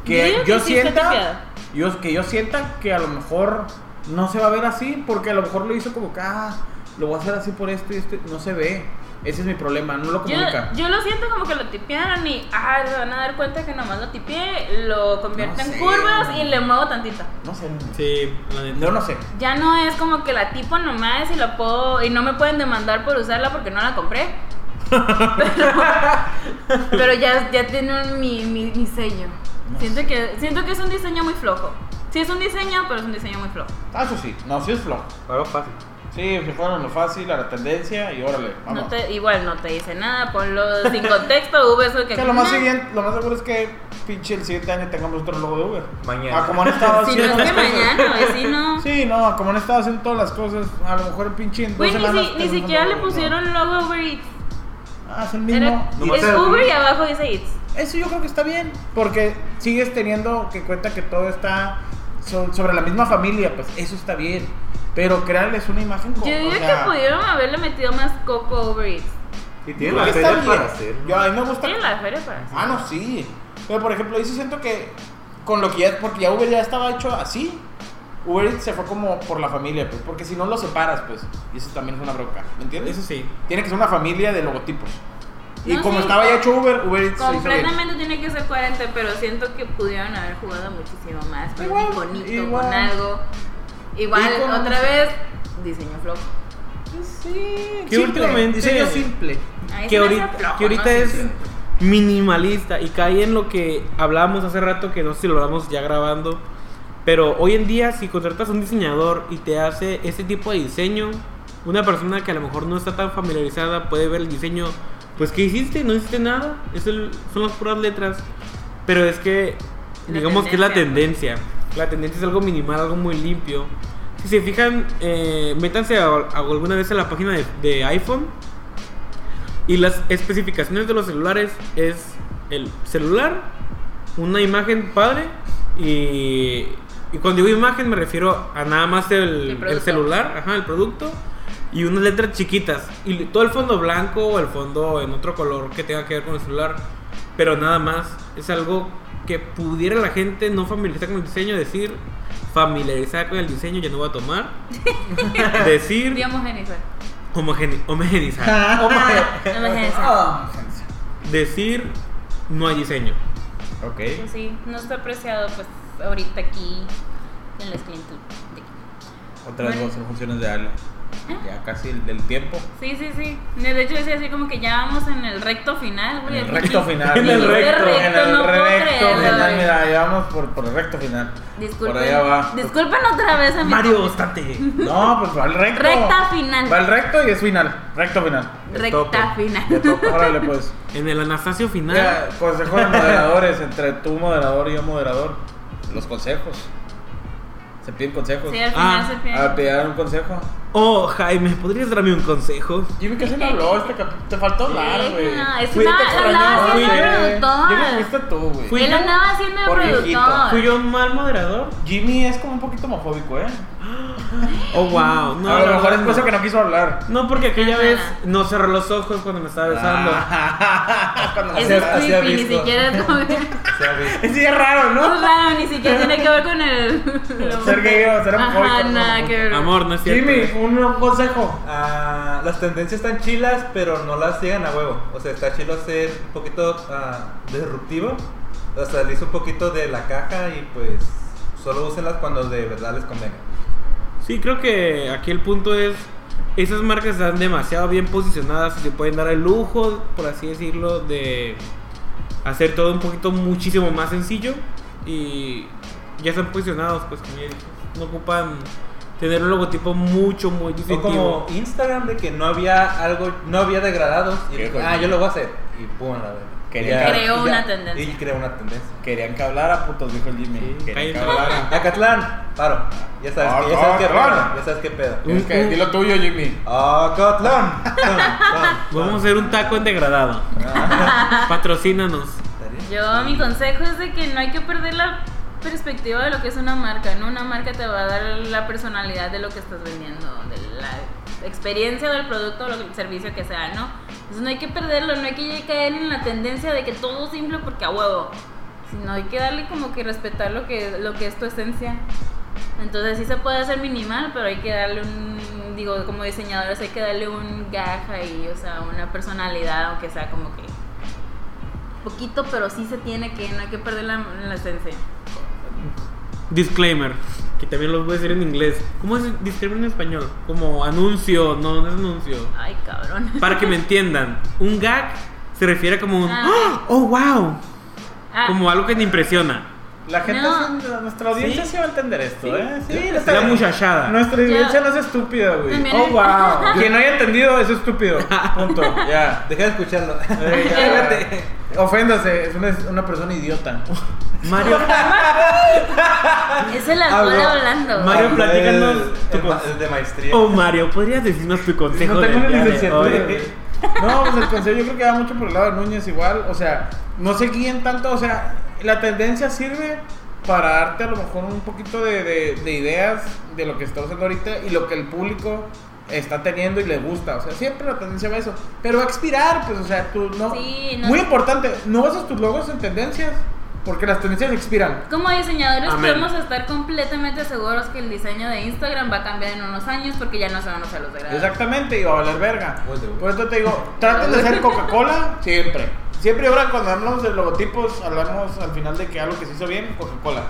C: Que
D: Yo digo
C: yo,
D: que sí está tipeado.
C: sienta. Yo, que yo sienta que a lo mejor no se va a ver así, porque a lo mejor lo hizo como que, ah, lo voy a hacer así por esto y esto. y No se ve. Ese es mi problema, no lo
D: Yo,
C: comunica.
D: yo lo siento como que lo tipearon y ah, se van a dar cuenta que nomás lo tipeé, lo convierto
C: No
D: en
C: sé.
D: curvas y le muevo tantito.
C: No sé.
B: Sí, la neta.
C: Yo no sé.
D: Ya no es como que la tipo nomás y la puedo y no me pueden demandar por usarla porque no la compré. Pero, pero ya, ya tiene un- mi, mi, mi sello.
C: No
D: Siento que, siento que es un diseño muy flojo. Sí es un diseño, pero es un diseño muy flojo.
C: Ah, eso sí. No, sí es flojo.
A: Algo fácil.
C: Sí, se fueron lo fácil, a la tendencia y órale, vamos.
D: No te, igual no te dice nada, ponlo sin contexto, Uber es el que...
C: Que lo más, siguiente, lo más seguro es que pinche el siguiente año tengamos otro logo de Uber.
A: Mañana.
C: Ah, como han estado
D: Si no es
C: haciendo
D: que
C: las cosas.
D: mañana, vecino.
C: Sí, no, como han estado haciendo todas las cosas, a lo mejor el pinche pues, en dos semanas
D: Güey, ni, si- ni
C: tenemos un
D: siquiera
C: logo
D: le
C: de Uber.
D: pusieron logo Uber Eats.
C: Ah, es el
D: Era,
C: mismo.
A: Nomás
D: es
A: era-
D: Uber y abajo dice Eats.
C: Eso yo creo que está bien, porque sigues teniendo que cuenta que todo está so- sobre la misma familia, pues eso está bien. Pero crearles una imagen
D: Yo
C: como.
D: digo que pudieron haberle metido más coco Uber Eats.
A: Y tiene la feria para hacer.
C: Yo, a mí me gusta.
D: Tienen la feria para eso.
C: Ah, no, sí. Pero por ejemplo, ahí sí siento que con lo que ya, porque ya Uber ya estaba hecho así, Uber Eats se fue como por la familia, pues, porque si no lo separas, pues, y eso también es una bronca, ¿me entiendes?
B: Eso sí.
C: Tiene que ser una familia de logotipos. Y
D: No,
C: como
D: sí.
C: estaba ya hecho Uber, Uber Eats se hizo bien.
D: Completamente tiene que ser 40, pero siento que pudieron haber jugado muchísimo más. Pero
C: Igual,
D: bonito,
C: igual.
D: con algo. Igual,
C: Y con-
D: otra vez, diseño flojo.
C: Sí,
B: Que últimamente-
C: diseño simple.
D: Ay,
B: que
D: se me hace
B: ahorita,
D: flojo,
B: que ahorita
D: no sé
B: es
D: si-
B: minimalista y cae en lo que hablábamos hace rato, que no sé si lo hablamos ya grabando, pero hoy en día si contratas a un diseñador y te hace ese tipo de diseño, una persona que a lo mejor no está tan familiarizada puede ver el diseño, pues ¿qué hiciste? No hiciste nada, es el- son las puras letras, pero es que
D: La
B: digamos que es la
D: tendencia.
B: tendencia, la tendencia es algo minimal, algo muy limpio. Si se fijan, eh, métanse a- a alguna vez a la página de- de iPhone y las especificaciones de los celulares es el celular, una imagen padre y, y cuando digo imagen me refiero a nada más
D: El
B: el, el
D: producto.
B: celular, ajá, el producto y unas letras chiquitas y le- todo el fondo blanco o el fondo en otro color que tenga que ver con el celular, pero nada más es algo que pudiera la gente no familiarizar con el diseño, decir familiarizar con el diseño ya no va a tomar, decir
D: Digamos Jennifer.
B: homogene- homogeneizar.
D: Emergencia.
B: decir no hay diseño.
C: Ok.
D: Pues Sí, no está apreciado pues ahorita aquí en la esclavitud.
E: Otra vez
D: Bueno. ¿Eh?
E: vamos a hacer funciones de Ale. Ya casi el del tiempo.
D: Sí, sí, sí. De hecho decía así como que ya vamos en el recto final, güey.
E: En el
D: Aquí-
E: recto final.
B: En el
D: Dijiste
B: recto,
D: recto, no puedo creerlo,
E: final.
D: güey.
E: Mira, ahí vamos por, por el recto final.
D: Disculpen.
E: Por allá va.
D: Disculpen otra vez a mi
B: Mario, obstante.
E: No, pues va al recto.
D: Recta final.
E: Va al recto y es final. Recto final.
D: Recta
E: Te
D: final.
E: toca. Órale, pues.
B: En el Anastasio final.
E: Ya, consejo de moderadores, entre tú moderador y yo moderador. Los consejos. Se piden consejos.
D: Sí, al final
B: Ah,
D: se
E: A
D: pierde.
E: pegar un consejo.
B: Oh, Jaime, ¿podrías darme un consejo?
C: Jimmy casi no habló este capítulo. Te faltó hablar,
D: Sí,
C: güey.
D: no, es
B: Fui-
D: una-
B: te
D: la andaba
B: extrañé,
D: haciendo de
B: güey.
D: productor.
C: Yo creo que fuiste tú, güey.
B: Fui-
D: Él andaba haciendo de
C: Por viejito.
D: productor.
B: ¿Fui yo un mal moderador?
C: Jimmy es como un poquito homofóbico, ¿eh?
B: Oh, wow.
C: Mm.
B: No,
E: a
B: la
E: lo mejor es
B: verdad
E: por eso
B: no.
E: que no quiso hablar.
B: No, porque aquella vez no cerró los ojos cuando me estaba besando.
E: Ah.
B: Ah,
D: Eso
A: Se-
D: es
A: así ha
D: creepy, ni
A: visto.
D: siquiera es como-
A: Se ha visto.
E: Sí, es raro, ¿no?
D: Es raro, ni siquiera tiene que ver con el.
E: Ser gay o ser
D: Ajá,
E: homofóbico,
D: nada
E: ¿no?
D: que ver.
B: Amor, no es cierto.
E: Jimmy, un consejo.
A: Ah, las tendencias están chilas, pero no las sigan a huevo. O sea, está chilo ser un poquito ah, disruptivo. O sea, le hizo un poquito de la caja y pues solo úsenlas cuando de verdad les convenga.
B: Sí, creo que aquí el punto es, esas marcas están demasiado bien posicionadas y se pueden dar el lujo, por así decirlo, de hacer todo un poquito muchísimo más sencillo y ya están posicionados, pues como ya dije, no ocupan tener un logotipo mucho, muy
A: O como
B: distintivo.
A: Instagram de que no había algo, no había degradados y
E: Qué
A: ah,
E: joya.
A: yo lo voy a hacer y pum, la verdad.
E: Quería-
D: Creó una tendencia.
A: Y creó una tendencia.
E: Querían que hablara, putos, dijo el Jimmy.
B: Sí,
E: Querían que
B: cállate.
E: hablara.
A: Acatlán, paro. Ya sabes,
E: Ah,
A: que, ya sabes qué pedo.
E: Acatlán.
A: Ya sabes qué pedo.
E: Es que,
B: Un-
E: dilo tuyo, Jimmy.
A: Acatlán. Tan, tan,
B: Vamos a
A: tan.
B: hacer un taco en degradado.
A: Ah,
B: Patrocínanos.
D: Yo, mi consejo es de que no hay que perder la perspectiva de lo que es una marca, ¿no? Una marca te va a dar la personalidad de lo que estás vendiendo, de la experiencia del producto o lo- el servicio que sea, ¿no? Entonces no hay que perderlo, no hay que caer en la tendencia de que todo es simple porque a huevo, sino hay que darle como que respetar lo que, lo que es tu esencia. Entonces sí se puede hacer minimal, pero hay que darle un, digo, como diseñadores hay que darle un gaj ahí, o sea, una personalidad, aunque sea como que poquito, pero sí se tiene que, no hay que perder la, la esencia.
B: Disclaimer, que también lo voy a decir en inglés. ¿Cómo es disclaimer en español? Como anuncio, no, no es anuncio.
D: Ay, cabrón.
B: Para que me entiendan, un gag se refiere como un
D: Ah.
B: "¡Ah! oh wow,
D: Ah,
B: como algo que te impresiona.
C: La gente,
D: No.
C: es- nuestra audiencia
B: Sí.
C: sí, va a entender esto, ¿eh? Sí,
B: La
C: nuestra-
B: muchachada.
C: Nuestra audiencia
D: Ya.
C: no es estúpida, güey.
D: También
C: Oh,
D: es-
C: wow. Quien no haya entendido es estúpido. Punto. Ya.
A: Deja de escucharlo.
C: Eh, ya.
A: Cállate.
C: Oféndase, es una, una persona idiota.
B: Mario,
D: Es el alcohol
A: Habló.
D: hablando.
B: Mario, platícanos
A: El-
B: tu
A: el ma-
B: cons-
A: el de maestría.
B: Oh, Mario, ¿podrías decirnos tu consejo?
C: No tengo
B: del
C: una
B: día de
C: licenciatura.
B: hoy?
C: güey. No, pues el consejo yo creo que va mucho por el lado de Núñez igual. O sea, no se guíen tanto. O sea, la tendencia sirve para darte a lo mejor un poquito de, de- de ideas de lo que está usando ahorita y lo que el público está teniendo y le gusta. O sea, siempre la tendencia va a eso. Pero va a expirar, pues, o sea, tú no...
D: Sí, no-
C: Muy importante, no bases tus logos en tendencias porque las tendencias expiran.
D: Como diseñadores
B: Amén.
D: podemos estar completamente seguros que el diseño de Instagram va a cambiar en unos años porque ya no se van a usar los de grado.
C: Exactamente, y va a valer verga.
A: Pues, de-
C: Por eso te digo, traten de hacer Coca-Cola siempre. Siempre ahora cuando hablamos de logotipos, hablamos al final de que algo que se hizo bien, Coca-Cola.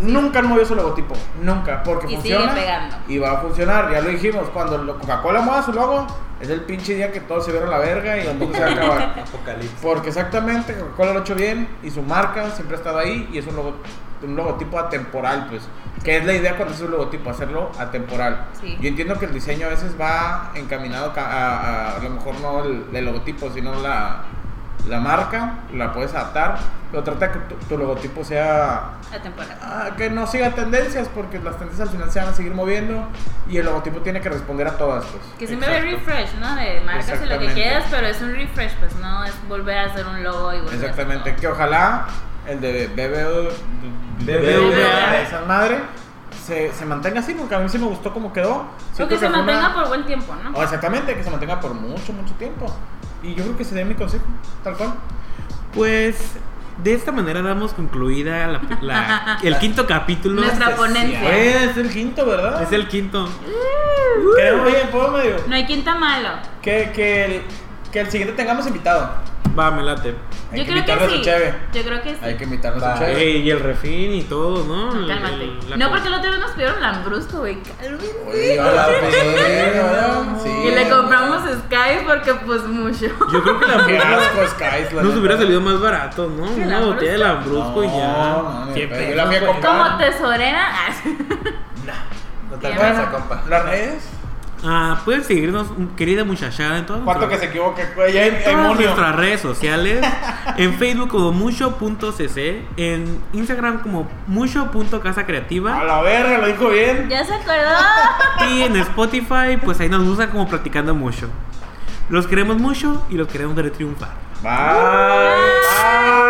C: Nunca han movido su logotipo, nunca, porque
D: Y sigue
C: funciona
D: pegando.
C: y va a funcionar, ya lo dijimos, cuando lo- Coca-Cola mueva su logo, es el pinche día que todos se vieron la verga y el mundo se va a acabar.
A: Apocalipsis.
C: Porque exactamente Coca-Cola lo ha hecho bien y su marca siempre ha estado ahí y es un, logo- un logotipo atemporal, pues. Que es la idea cuando haces un logotipo, hacerlo atemporal.
D: Sí.
C: Yo entiendo que el diseño a veces va encaminado ca- a, a- a lo mejor no el, el logotipo, sino la, la marca, la puedes adaptar, pero trata que tu, tu logotipo sea...
D: La temporada.
C: ah, que no siga tendencias, porque las tendencias al final se van a seguir moviendo y el logotipo tiene que responder a todas, pues.
D: Que siempre ve refresh, ¿no? De marcas y lo que
C: Exactamente.
D: quieras, pero es un refresh, pues no es volver a hacer un logo y volver
C: Exactamente,
D: A hacer
C: que ojalá el de BBO,
A: BBVA.
C: esa madre se, se mantenga así, porque a mí sí me gustó cómo quedó.
D: todo.
C: Siento
D: Creo que
C: fue
D: se
C: una-
D: mantenga por buen tiempo, ¿no?
C: Oh, exactamente, que se mantenga por mucho, mucho tiempo. Y yo creo que sería mi consejo, tal cual.
B: Pues de esta manera damos concluida la- la- el quinto capítulo.
D: Nuestra ponencia.
C: Eh, es el quinto, ¿verdad?
B: Es el quinto.
C: Creo bien, puedo medio.
D: No hay quinta malo.
C: Que, que, el, que el siguiente tengamos invitado.
B: Va, me late.
C: Hay
D: Yo
C: que
D: creo que
C: invitarlos a
D: sí.
C: Cheve.
D: Yo creo que
C: Hay
D: sí.
C: que invitarnos
A: Va.
C: a Cheve.
B: Ey, y el refín y todo, ¿no?
D: Mm.
B: El-
D: Cálmate.
B: el- la
D: No,
B: co-
D: porque el otro día nos pidieron lambrusco, güey. Cálmense.
C: Oye, hola, pues, sí.
D: Y le compramos Sky porque, pues, mucho.
B: Yo creo que la
C: Qué
B: hamburguesa
C: asco, Skies, la
B: nos
C: neta.
B: hubiera salido más barato, ¿no?
D: Sí,
B: Una
D: la
B: botella de lambrusco y
C: No,
B: ya.
C: no, ni
B: Qué
C: pedo. Yo
B: pedo,
C: la fui a
B: güey.
C: comprar.
D: Como tesorera. ah,
A: No te
D: Bien.
A: alcanza, compa.
C: Las redes.
B: Ah, pueden seguirnos, querida muchachada, en todas
C: Cuarto que
B: nuestras-
C: se equivoque, güey. Ya
B: en todas
C: demonio.
B: nuestras redes sociales, en Facebook como mucho.cc, en Instagram como mucho.casa
C: A
B: creativa
C: la verga, lo dijo bien.
D: Ya se acordó.
B: y en Spotify, pues ahí nos usan como platicando mucho. Los queremos mucho y los queremos ver triunfar.
C: Bye.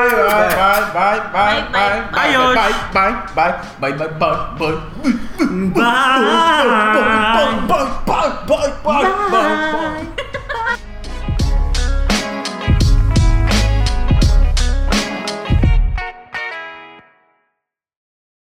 C: Bye, bye, bye, bye, bye,
B: Bye,
C: bye,
B: bye.
C: bye, bye, bye, bye, bye, bye.
B: Bye.
C: Bye, bye, bye, bye, bye, bye, bye.